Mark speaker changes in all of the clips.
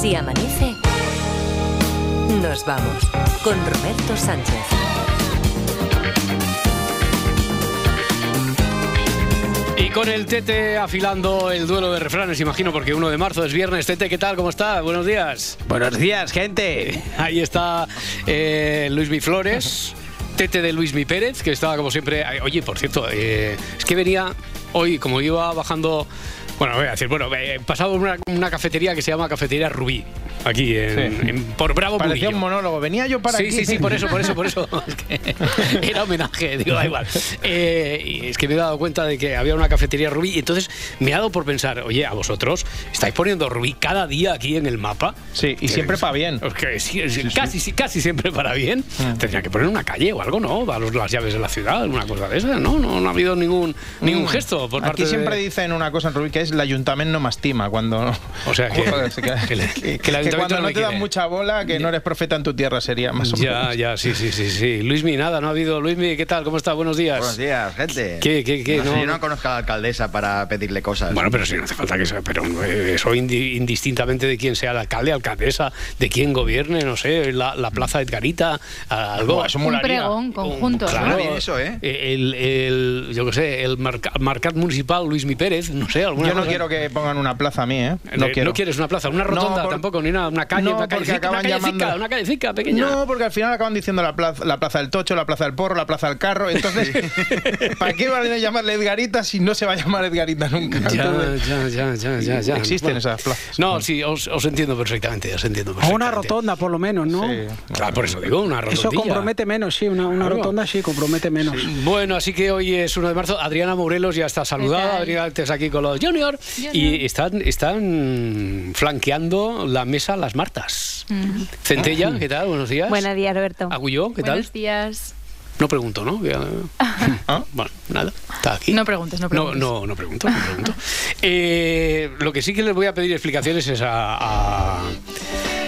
Speaker 1: Si amanece, nos vamos con Roberto Sánchez.
Speaker 2: Y con el Tete afilando el duelo de refranes, imagino, porque 1 de marzo es viernes. Tete, ¿qué tal? ¿Cómo está? Buenos días.
Speaker 3: Buenos días, gente.
Speaker 2: Ahí está eh, Luis B. Flores. Tete de Luis Mi Pérez, que estaba como siempre. Oye, por cierto, eh, es que venía hoy, como iba bajando. Bueno, voy a decir, bueno, eh, pasaba una, una cafetería que se llama Cafetería Rubí, aquí, en, en- por Bravo
Speaker 4: Parecía
Speaker 2: Murillo.
Speaker 4: un monólogo. Venía yo para
Speaker 2: sí,
Speaker 4: aquí.
Speaker 2: Sí, sí, por eso, por eso, por eso. Es que Era homenaje, digo, da igual. Eh, y es que me he dado cuenta de que había una cafetería Rubí y entonces me ha dado por pensar, oye, a vosotros, ¿estáis poniendo Rubí cada día aquí en el mapa? Eh,
Speaker 4: Sí, y siempre para bien.
Speaker 2: Es que sí, es- casi, sí, casi siempre para bien.
Speaker 4: Ah.
Speaker 2: Tendría que poner una calle o algo, ¿no? Para los- las llaves de la ciudad, una cosa de esas, ¿no? No, no ha habido ningún, ningún gesto por parte
Speaker 4: Mm. Aquí siempre
Speaker 2: de...
Speaker 4: dicen una cosa en Rubí que es el ayuntamiento no mastima cuando
Speaker 2: O sea, que-
Speaker 4: Joder, sí
Speaker 2: que el- que el
Speaker 4: que
Speaker 2: ayuntamiento
Speaker 4: cuando
Speaker 2: no
Speaker 4: no,
Speaker 2: me
Speaker 4: te dan
Speaker 2: quiere.
Speaker 4: mucha bola que no eres profeta en tu tierra sería más o
Speaker 2: Ya,
Speaker 4: menos.
Speaker 2: ya, sí, sí, sí, sí. Luismi, nada, no ha habido. Luismi, ¿qué tal? ¿Cómo estás? Buenos días.
Speaker 5: Buenos días, gente.
Speaker 2: ¿Qué, qué, qué?
Speaker 5: No, sé,
Speaker 2: No,
Speaker 5: yo no
Speaker 2: no.
Speaker 5: conozco a la alcaldesa para pedirle cosas.
Speaker 2: Bueno, pero sí, no hace falta que sea. Pero eh, eso indi- indistintamente de quién sea el alcalde, alcaldesa, de quién gobierne, no sé, la, la plaza Edgarita, a- algo.
Speaker 4: Buah, eso
Speaker 6: Un
Speaker 4: molaría.
Speaker 6: pregón conjunto. ¿no?
Speaker 5: Claro. bien eso, ¿eh?
Speaker 2: El, el- yo qué sé, el marca- mercat municipal Luis Mi Pérez, no sé, alguna
Speaker 4: Yo no
Speaker 2: cosa.
Speaker 4: quiero que pongan una plaza a mí, ¿eh?
Speaker 2: Eh,
Speaker 4: No quiero.
Speaker 2: quieres una plaza, una rotonda
Speaker 4: No, por-
Speaker 2: tampoco, ni nada, Ah, una calle,
Speaker 4: No,
Speaker 2: una
Speaker 4: porque
Speaker 2: callecita, una
Speaker 4: acaban
Speaker 2: callecita,
Speaker 4: llamando-
Speaker 2: una callecita pequeña.
Speaker 4: No, porque al final acaban diciendo la plaza, la plaza del tocho, la plaza del porro, la plaza del carro. Entonces, ¿para qué van a llamarle Edgarita si no se va a llamar Edgarita nunca?
Speaker 2: Ya,
Speaker 4: Entonces,
Speaker 2: ya, ya, ya, ya, ya.
Speaker 4: Existen
Speaker 2: Bueno.
Speaker 4: esas plazas.
Speaker 2: No, sí, os, os entiendo perfectamente, os entiendo
Speaker 3: O
Speaker 2: perfectamente.
Speaker 3: una rotonda, por lo menos, ¿no?
Speaker 4: Sí.
Speaker 2: Claro, por eso digo, una rotondilla.
Speaker 3: Eso compromete menos, sí, una, una
Speaker 2: Claro.
Speaker 3: rotonda sí compromete menos.
Speaker 2: Bueno, así que hoy es 1 de marzo. Adriana Morelos ya está saludada.
Speaker 6: tal?
Speaker 2: Adriana antes aquí con los Junior. Y están, están flanqueando la mesa las Martas. Centella, ¿qué tal? Buenos días.
Speaker 7: Buenos días, Roberto.
Speaker 2: Agulló, ¿qué
Speaker 6: Buenos
Speaker 2: tal?
Speaker 6: días.
Speaker 2: No pregunto, ¿no? Ya- eh.
Speaker 4: ¿Ah?
Speaker 2: Bueno, nada, está aquí.
Speaker 6: No preguntes, no preguntes.
Speaker 2: No, no, no pregunto, no pregunto. Eh, lo que sí que les voy a pedir explicaciones es a, a,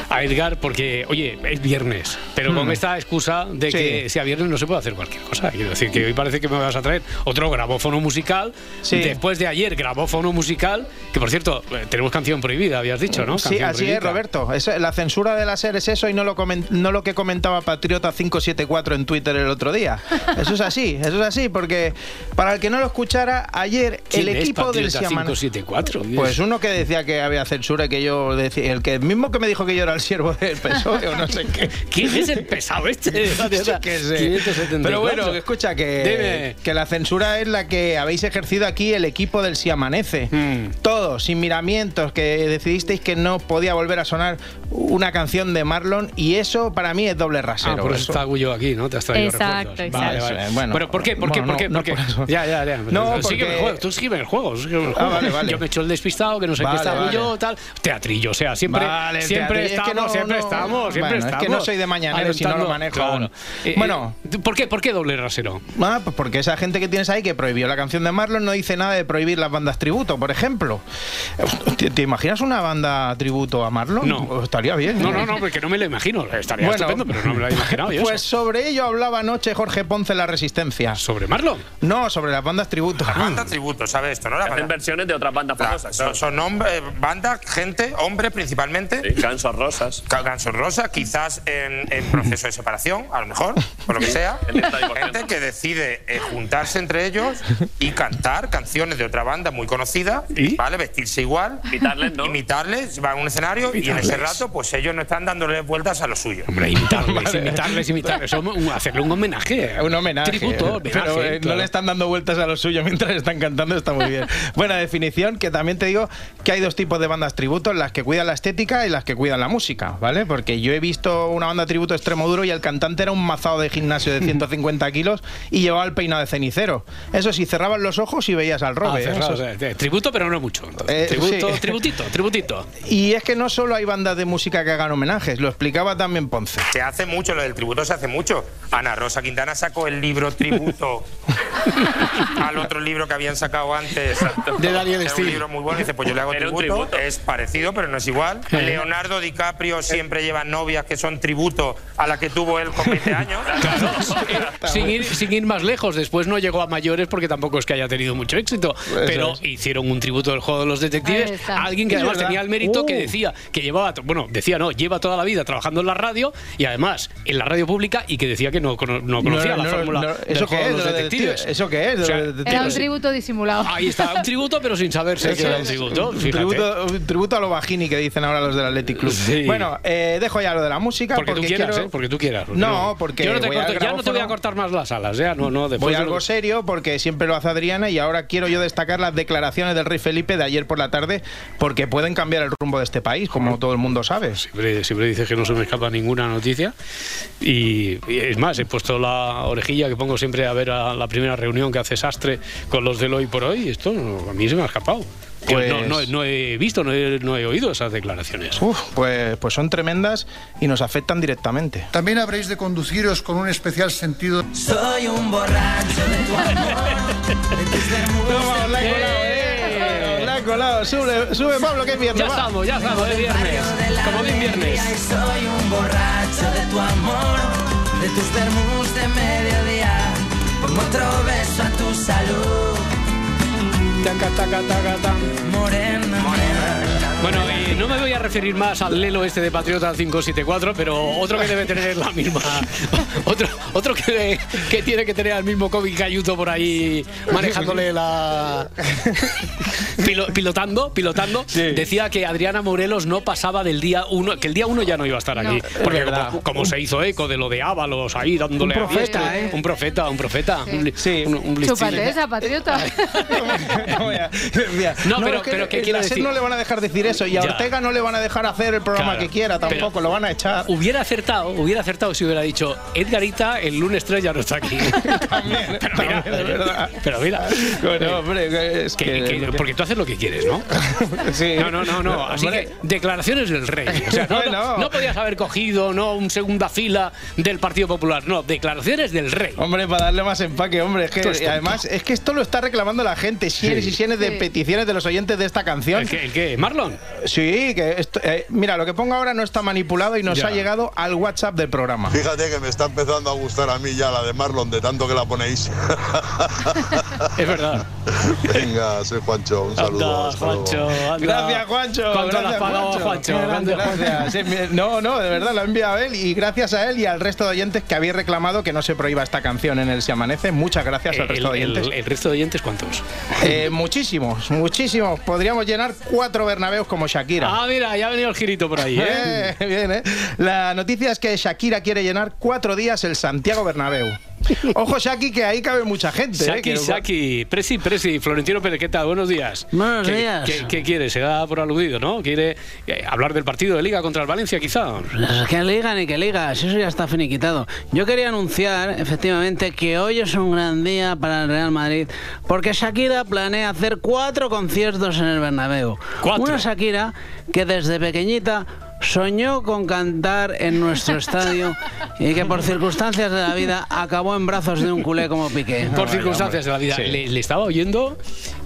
Speaker 2: a Edgar, porque, oye, es viernes, pero con esta excusa de
Speaker 4: Mm. Sí.
Speaker 2: que sea viernes no se puede hacer cualquier cosa. Quiero decir que hoy parece que me vas a traer otro grabófono musical.
Speaker 4: Sí.
Speaker 2: Después de ayer, grabófono musical, que por cierto, eh, tenemos canción prohibida, habías dicho, ¿no?
Speaker 4: Sí,
Speaker 2: Canción
Speaker 4: así es,
Speaker 2: prohibida.
Speaker 4: Roberto. Eso- la censura de la SER es eso y no lo, comen- no lo que comentaba Patriota574 en Twitter el otro día. Eso es así, eso es así, porque para el que no lo escuchara, ayer
Speaker 2: ¿Quién
Speaker 4: el
Speaker 2: es
Speaker 4: equipo del
Speaker 2: Patriota
Speaker 4: Siamano-
Speaker 2: 574?
Speaker 4: Pues uno que decía que había censura y que yo decía, el que mismo que me dijo que yo era el siervo del PSOE o no sé qué.
Speaker 2: ¿Quién es el pesado este?
Speaker 4: Yo qué sé.
Speaker 2: 574.
Speaker 4: Pero bueno, escucha que,
Speaker 2: Dime.
Speaker 4: que la censura es la que habéis ejercido aquí el equipo del Si Amanece.
Speaker 2: Mm.
Speaker 4: Todos, sin miramientos, que decidisteis que no podía volver a sonar una canción de Marlon y eso para mí es doble rasero.
Speaker 2: Ah, por eso
Speaker 4: Eso-
Speaker 2: está Gullo aquí, ¿no? Te has traído
Speaker 7: Exacto,
Speaker 2: refuerzos.
Speaker 7: exacto.
Speaker 2: Vale,
Speaker 4: Eso,
Speaker 2: vale.
Speaker 4: eh,
Speaker 2: Bueno,
Speaker 4: bueno.
Speaker 2: ¿por qué? ¿Por qué?
Speaker 4: Bueno,
Speaker 2: ¿Por qué?
Speaker 4: no,
Speaker 2: ¿Por qué?
Speaker 4: no por eso.
Speaker 2: ya, ya, ya.
Speaker 4: No,
Speaker 2: Sígueme el
Speaker 4: porque-
Speaker 2: juego, tú sígueme el juego. sígueme el
Speaker 4: Ah,
Speaker 2: juego.
Speaker 4: vale, vale.
Speaker 2: Yo me echo el despistado, que no sé
Speaker 4: Vale,
Speaker 2: qué está
Speaker 4: vale.
Speaker 2: Gullo, tal. Teatrillo, o sea, siempre,
Speaker 4: Vale, el
Speaker 2: siempre
Speaker 4: teatrillo. Es
Speaker 2: estamos,
Speaker 4: que no,
Speaker 2: siempre
Speaker 4: no.
Speaker 2: estamos, siempre
Speaker 4: Bueno, es que
Speaker 2: estamos.
Speaker 4: no soy de mañanero, si no lo
Speaker 2: Alentando-
Speaker 4: manejo aún.
Speaker 2: Eh,
Speaker 4: Bueno.
Speaker 2: eh, ¿Por qué? ¿Por qué doble rasero?
Speaker 4: Ah, pues porque esa gente que tienes ahí que prohibió la canción de Marlon no dice nada de prohibir las bandas tributo, por ejemplo. ¿Te, te imaginas una banda tributo a Marlon?
Speaker 2: No.
Speaker 4: Estaría bien.
Speaker 2: No,
Speaker 4: ¿eh?
Speaker 2: no, no, porque no me lo imagino. Estaría
Speaker 4: Bueno.
Speaker 2: estupendo, pero no me lo he imaginado yo.
Speaker 4: Pues
Speaker 2: eso.
Speaker 4: sobre ello hablaba anoche Jorge Ponce en La Resistencia.
Speaker 2: Sobre Marlon.
Speaker 4: No, sobre las bandas tributo. Mm.
Speaker 8: Banda tributo, ¿sabes esto? ¿no? La
Speaker 9: Hacen
Speaker 8: banda-
Speaker 9: versiones de otras bandas
Speaker 8: la-
Speaker 9: famosas.
Speaker 8: son
Speaker 9: Claro.
Speaker 8: son hombres, banda, gente, hombres principalmente.
Speaker 9: Sí, Gansos Rosas.
Speaker 8: Ca- Gansos Rosa, quizás en, en proceso de separación, a lo mejor, por lo que sea.
Speaker 9: en esta divorciando.
Speaker 8: Gente que decide eh, juntarse entre ellos y cantar canciones de otra banda muy conocida,
Speaker 2: ¿Y?
Speaker 8: ¿vale? Vestirse igual,
Speaker 9: Imitarles, ¿no?
Speaker 8: imitarles, van a un escenario y en ese rato, pues ellos no están dándole vueltas a lo suyo.
Speaker 2: Hombre, imitarles, imitarles, imitarles. Somos- un- Hacerle un homenaje.
Speaker 4: Un homenaje.
Speaker 2: Tributo, homenaje.
Speaker 4: pero eh, no
Speaker 2: claro.
Speaker 4: le están dando vueltas a lo suyo mientras están cantando, está muy bien. Buena definición, que también te digo que hay dos tipos de bandas tributo, las que cuidan la estética y las que cuidan la música, ¿vale? Porque yo he visto una banda tributo extremo duro y el cantante era un mazado de gimnasio de 150 kilos y llevaba el peinado de cenicero. Eso sí, cerrabas los ojos y veías al
Speaker 2: Ah,
Speaker 4: robe. ¿eh?
Speaker 2: cerrado,
Speaker 4: Eso-
Speaker 2: o sea, tributo, pero no mucho.
Speaker 4: Eh,
Speaker 2: tributo,
Speaker 4: sí.
Speaker 2: tributito, tributito.
Speaker 4: Y es que no solo hay bandas de música que hagan homenajes, lo explicaba también Ponce.
Speaker 8: Se hace mucho, lo del tributo se hace mucho. Ana Rosa Quintana sacó el libro tributo al otro libro que habían sacado antes.
Speaker 2: De Daniel
Speaker 8: Era
Speaker 2: Steele.
Speaker 8: un libro muy bueno. Dice, pues yo le hago
Speaker 9: Era un
Speaker 8: tributo.
Speaker 9: tributo.
Speaker 8: Es parecido, pero no es igual. Leonardo DiCaprio siempre lleva novias que son tributo a la que tuvo él con 20 años.
Speaker 2: sin, ir, sin ir más lejos, después no llegó a mayores porque tampoco es que haya tenido mucho éxito. pero hicieron un tributo del juego de los
Speaker 6: Ahí
Speaker 2: detectives.
Speaker 6: está.
Speaker 2: a Alguien que
Speaker 4: Es
Speaker 2: además
Speaker 4: verdad.
Speaker 2: tenía el mérito que
Speaker 4: Uh.
Speaker 2: decía que llevaba, to- bueno, decía no, lleva toda la vida trabajando en la radio y además en la radio pública y que decía que no, cono- no conocía la fórmula
Speaker 4: no,
Speaker 2: del
Speaker 4: ¿Eso
Speaker 2: juego
Speaker 4: qué
Speaker 2: de
Speaker 4: es?
Speaker 2: los
Speaker 4: de
Speaker 2: detectives.
Speaker 4: ¿Eso qué es? de
Speaker 2: O sea,
Speaker 4: los detectives?
Speaker 6: Era un tributo disimulado.
Speaker 2: Ahí está, un tributo, pero sin saberse que
Speaker 4: Eso
Speaker 2: era un
Speaker 4: es.
Speaker 2: tributo.
Speaker 4: Un
Speaker 2: fíjate.
Speaker 4: tributo, un tributo a lo bajini que dicen ahora los del Athletic Club.
Speaker 2: Sí.
Speaker 4: Bueno, eh, dejo ya lo de la música.
Speaker 2: Porque, tú quieras,
Speaker 4: quiero-
Speaker 2: ¿eh? Porque tú quieras.
Speaker 4: No, porque
Speaker 2: Yo no te
Speaker 4: voy al
Speaker 2: corto- ya no te voy a
Speaker 4: grabófono.
Speaker 2: cortar más las alas, ya. No, no, después
Speaker 4: Voy a
Speaker 2: de lo
Speaker 4: algo
Speaker 2: que-
Speaker 4: serio porque siempre lo hace Adriana y ahora quiero yo destacar las declaraciones del rey Felipe de ayer por la tarde porque pueden cambiar el rumbo de este país, como todo el mundo sabe.
Speaker 2: Siempre, siempre dices que no se me escapa ninguna noticia. Y, y es más, he puesto la orejilla que pongo siempre a ver a la primera reunión que hace Sastre con los del hoy por hoy. Esto no- a mí se me ha escapado. Yo
Speaker 4: Pues-
Speaker 2: No, no- no he visto, no he, no he oído esas declaraciones.
Speaker 4: Uf, pues, pues son tremendas y nos afectan directamente.
Speaker 7: También habréis de conduciros con un especial sentido.
Speaker 4: Toma, os la he colado, eh. Os la he colado. Sube, sube, Pablo, que es viernes,
Speaker 2: Ya
Speaker 4: va.
Speaker 2: estamos, ya estamos, es viernes. Como bien viernes. Taca, taca, taca, tan. Bueno, eh, no me voy a referir más al lelo este de Patriota 574, pero otro que debe tener la misma. Otro, otro que, que tiene que tener al mismo cómic cayuto por ahí manejándole la. Pilo- pilotando, pilotando. Decía que Adriana Morelos no pasaba del día 1, que el día 1 ya no iba a estar aquí. Porque como, como se hizo eco de lo de Ábalos ahí dándole
Speaker 4: Un
Speaker 2: a
Speaker 4: profeta,
Speaker 2: diestra.
Speaker 4: ¿eh?
Speaker 2: Un profeta, un profeta. Un, li-
Speaker 4: Sí.
Speaker 2: un- un listillo.
Speaker 6: Chúpate
Speaker 10: ¿eh,
Speaker 6: esa, patriota.
Speaker 4: Mira,
Speaker 2: No,
Speaker 4: es
Speaker 2: pero- pero que
Speaker 4: en
Speaker 2: quiero
Speaker 4: la SER
Speaker 2: decir-
Speaker 4: no le van a dejar decir eso y a
Speaker 2: Ya.
Speaker 4: Ortega no le van a dejar hacer el programa
Speaker 2: Claro.
Speaker 4: que quiera
Speaker 2: Pero-
Speaker 4: tampoco, lo van a echar.
Speaker 2: Hubiera acertado, hubiera acertado si hubiera dicho Edgarita, el lunes 3 ya no está aquí.
Speaker 4: También,
Speaker 2: pero mira, eh,
Speaker 4: también, es verdad.
Speaker 2: pero mira. Eh,
Speaker 4: Bueno, hombre, es
Speaker 2: que- que- porque tú haces lo que quieres, ¿no?
Speaker 4: Sí.
Speaker 2: No, no, no, no. Así
Speaker 4: Hombre.
Speaker 2: que declaraciones del rey. O sea, no,
Speaker 4: Bueno.
Speaker 2: no, no podías haber cogido, no, un segunda fila del Partido Popular. No, declaraciones del rey.
Speaker 4: Hombre, para darle más empaque, hombre. Es que,
Speaker 2: Tú eres
Speaker 4: y además, es que esto lo está reclamando la gente. Sienes
Speaker 2: Sí.
Speaker 4: y sienes de
Speaker 6: Sí.
Speaker 4: peticiones de los oyentes de esta canción.
Speaker 2: ¿El qué? el qué? ¿Marlon?
Speaker 4: Sí, que esto- eh, mira, lo que pongo ahora no está manipulado y nos
Speaker 2: Ya.
Speaker 4: ha llegado al WhatsApp del programa.
Speaker 11: Fíjate que me está empezando a gustar a mí ya la de Marlon, de tanto que la ponéis.
Speaker 2: Es verdad.
Speaker 11: Venga, soy Juancho, un saludo.
Speaker 2: Anda,
Speaker 11: hasta luego.
Speaker 2: Juancho, anda.
Speaker 4: Gracias, Juancho.
Speaker 2: ¿Cuánto
Speaker 4: gracias,
Speaker 2: la has pagado, Juancho?
Speaker 4: Grande,
Speaker 2: Grande, Juancho.
Speaker 4: gracias. Sí, mi- No, no, de verdad, lo ha enviado él. Y gracias a él y al resto de oyentes que habéis reclamado que no se prohíba esta canción en el Se Amanece. Muchas gracias al resto de
Speaker 2: El-
Speaker 4: oyentes.
Speaker 2: el- el resto de oyentes, ¿cuántos?
Speaker 4: Eh, muchísimos, muchísimos. Podríamos llenar cuatro Bernabeos como Shakira.
Speaker 2: Ah, mira, ya ha venido el girito por ahí, ¿eh?
Speaker 4: Eh, bien, ¿eh? La noticia es que Shakira quiere llenar cuatro días el Santiago Bernabéu. Ojo, Shaki, que ahí cabe mucha gente. ¿eh?
Speaker 2: Saki,
Speaker 4: Que-
Speaker 2: Saki, Presi, Presi, Florentino Pérez, ¿qué tal? Buenos días.
Speaker 3: Buenos
Speaker 2: ¿Qué,
Speaker 3: días.
Speaker 2: ¿qué, qué quiere? Se da por aludido, ¿no? ¿Quiere eh, hablar del partido de Liga contra el Valencia, quizá?
Speaker 3: Que liga ni que liga, si eso ya está finiquitado. Yo quería anunciar, efectivamente, que hoy es un gran día para el Real Madrid, porque Shakira planea hacer cuatro conciertos en el Bernabéu.
Speaker 2: Cuatro.
Speaker 3: Una Shakira que desde pequeñita soñó con cantar en nuestro estadio y que por circunstancias de la vida acabó en brazos de un culé como Piqué.
Speaker 2: Por circunstancias de la vida. Le, le estaba oyendo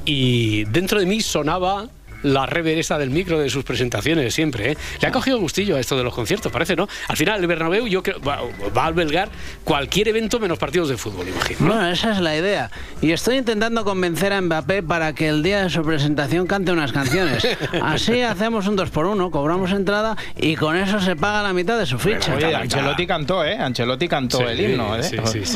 Speaker 2: y dentro de mí sonaba la reveresa del micro de sus presentaciones siempre. ¿eh? Le ha cogido gustillo a esto de los conciertos, parece, ¿no? Al final, el Bernabéu yo creo, va, va a albergar cualquier evento menos partidos de fútbol, imagino.
Speaker 3: Bueno, esa es la idea. Y estoy intentando convencer a Mbappé para que el día de su presentación cante unas canciones. Así hacemos un dos por uno, cobramos entrada y con eso se paga la mitad de su ficha.
Speaker 4: Oye, Ancelotti cantó, ¿eh? Ancelotti cantó
Speaker 2: Sí,
Speaker 4: el himno, ¿eh?
Speaker 2: sí, sí, sí.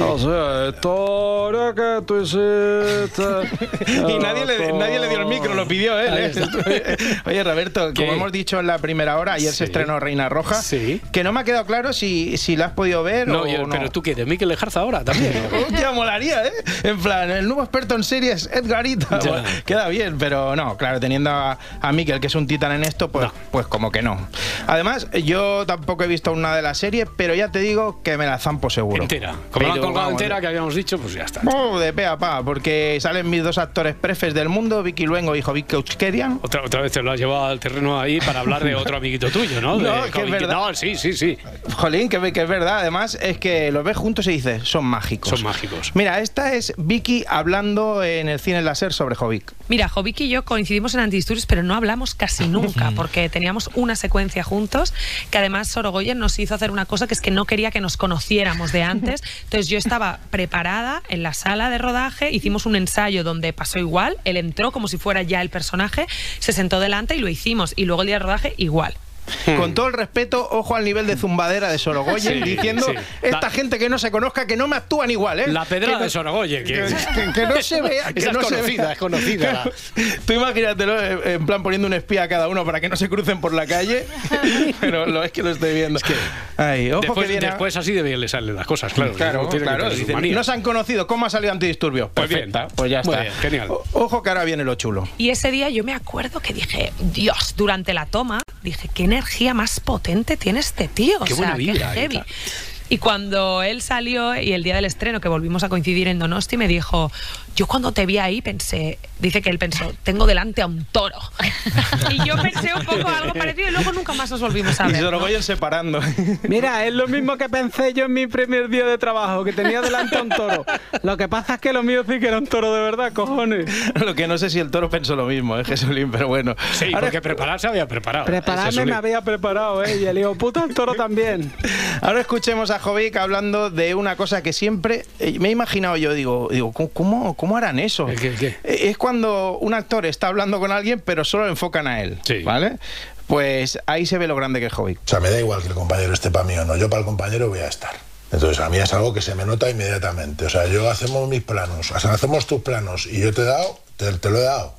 Speaker 4: y nadie le, nadie le dio el micro, lo pidió él, ¿eh? Oye, Roberto,
Speaker 2: ¿Qué?
Speaker 4: como hemos dicho en la primera hora, ayer
Speaker 2: Sí.
Speaker 4: se estrenó Reina Roja.
Speaker 2: Sí.
Speaker 4: Que no me ha quedado claro si, si la has podido ver
Speaker 2: No,
Speaker 4: o
Speaker 2: yo-
Speaker 4: no.
Speaker 2: pero tú quieres, Miquel Lejarza ahora también. ¿no?
Speaker 4: Hostia, molaría, ¿eh? En plan, el nuevo experto en series, Edgarita.
Speaker 2: Ya.
Speaker 4: Bueno, Queda bien, pero no, claro, teniendo a, a Miquel, que es un titán en esto, pues,
Speaker 2: No.
Speaker 4: pues como que no. Además, yo tampoco he visto una de las series, pero ya te digo que me la zampo seguro.
Speaker 2: Entera. Como la han
Speaker 4: Pero,
Speaker 2: colgado
Speaker 4: vamos,
Speaker 2: entera que habíamos dicho, pues ya está.
Speaker 4: Oh, de pe a pa, porque salen mis dos actores prefes del mundo, Vicky Luengo y Jovic Keuskerian.
Speaker 2: Otra, otra vez te lo has llevado al terreno ahí para hablar de otro amiguito tuyo, ¿no?
Speaker 4: No,
Speaker 2: De
Speaker 4: es que es
Speaker 2: Javi-
Speaker 4: verdad.
Speaker 2: No, sí, sí, sí.
Speaker 4: Jolín, que, que es verdad. Además, es que los ves juntos y dices, son mágicos.
Speaker 2: Son mágicos.
Speaker 4: Mira, esta es Vicky hablando en el cine láser sobre Jovic.
Speaker 12: Mira, Jovic y yo coincidimos en Antidisturbios, pero no hablamos casi nunca, porque teníamos una secuencia juntos, que además Sorogoyen nos hizo hacer una cosa que es que no quería que nos conociéramos de antes. Entonces yo estaba preparada en la sala de rodaje, hicimos un ensayo donde pasó igual, él entró como si fuera ya el personaje, se sentó delante y lo hicimos, y luego el día de rodaje igual.
Speaker 4: Con todo el respeto, ojo al nivel de zumbadera de Sorogoyen
Speaker 2: Hmm. Sí,
Speaker 4: diciendo
Speaker 2: sí.
Speaker 4: esta
Speaker 2: La-
Speaker 4: gente que no se conozca, que no me actúan igual, ¿eh?
Speaker 2: La pedrada
Speaker 4: Que no-
Speaker 2: de Sorogoyen. Que,
Speaker 4: que- que no se vea, que
Speaker 2: Esa
Speaker 4: no
Speaker 2: es
Speaker 4: se
Speaker 2: conocida,
Speaker 4: vea.
Speaker 2: es conocida. la-
Speaker 4: Tú imagínatelo eh, en plan poniendo un espía a cada uno para que no se crucen por la calle, pero lo es que lo estoy viendo. Ay, ojo
Speaker 2: Después,
Speaker 4: que viene-
Speaker 2: después así de bien le salen las cosas, claro.
Speaker 4: Claro,
Speaker 2: Uno tiene que
Speaker 4: claro,
Speaker 2: tener su
Speaker 4: dicen,
Speaker 2: manía.
Speaker 4: no se han conocido, ¿cómo ha salido antidisturbios?
Speaker 2: Pues bien,
Speaker 4: Perfecta, pues ya
Speaker 2: muy
Speaker 4: está.
Speaker 2: bien, genial.
Speaker 4: O- Ojo que ahora viene lo chulo.
Speaker 12: Y ese día yo me acuerdo que dije, Dios, durante la toma, dije, qué energía más potente tiene este tío.
Speaker 2: Qué
Speaker 12: o sea,
Speaker 2: buena vibra,
Speaker 12: qué heavy.
Speaker 2: tal.
Speaker 12: Y cuando él salió y el día del estreno, que volvimos a coincidir en Donosti, me dijo, yo cuando te vi ahí pensé, dice que él pensó, tengo delante a un toro. y yo pensé un poco algo parecido y luego nunca más nos volvimos a
Speaker 4: Y
Speaker 12: ver. ¿no?
Speaker 4: Sorogoyen separando.
Speaker 13: Mira, es lo mismo que pensé yo en mi primer día de trabajo, que tenía delante a un toro. Lo que pasa es que lo mío sí que era un toro de verdad, cojones.
Speaker 4: lo que no sé si el toro pensó lo mismo, ¿eh, Jesulín? Pero bueno.
Speaker 2: Sí,
Speaker 4: ahora,
Speaker 2: porque prepararse había preparado. ¿eh, Eso
Speaker 13: Prepararme
Speaker 2: es un-
Speaker 13: me había preparado, ¿eh? Y el hijo puta, el toro también.
Speaker 4: ahora escuchemos a Jovic hablando de una cosa que siempre eh, me he imaginado yo. Digo, digo ¿cómo- ¿cómo, cómo harán eso?
Speaker 2: ¿El qué, el qué?
Speaker 4: Eh, Es cuando un actor está hablando con alguien, pero solo lo enfocan a él.
Speaker 2: Sí.
Speaker 4: ¿Vale? Pues ahí se ve lo grande que es Jovic.
Speaker 11: O sea, me da igual que el compañero esté para mí o no, yo para el compañero voy a estar. Entonces, a mí es algo que se me nota inmediatamente. O sea, yo hacemos mis planos, o sea, hacemos tus planos y yo te he dado, te, te lo he dado.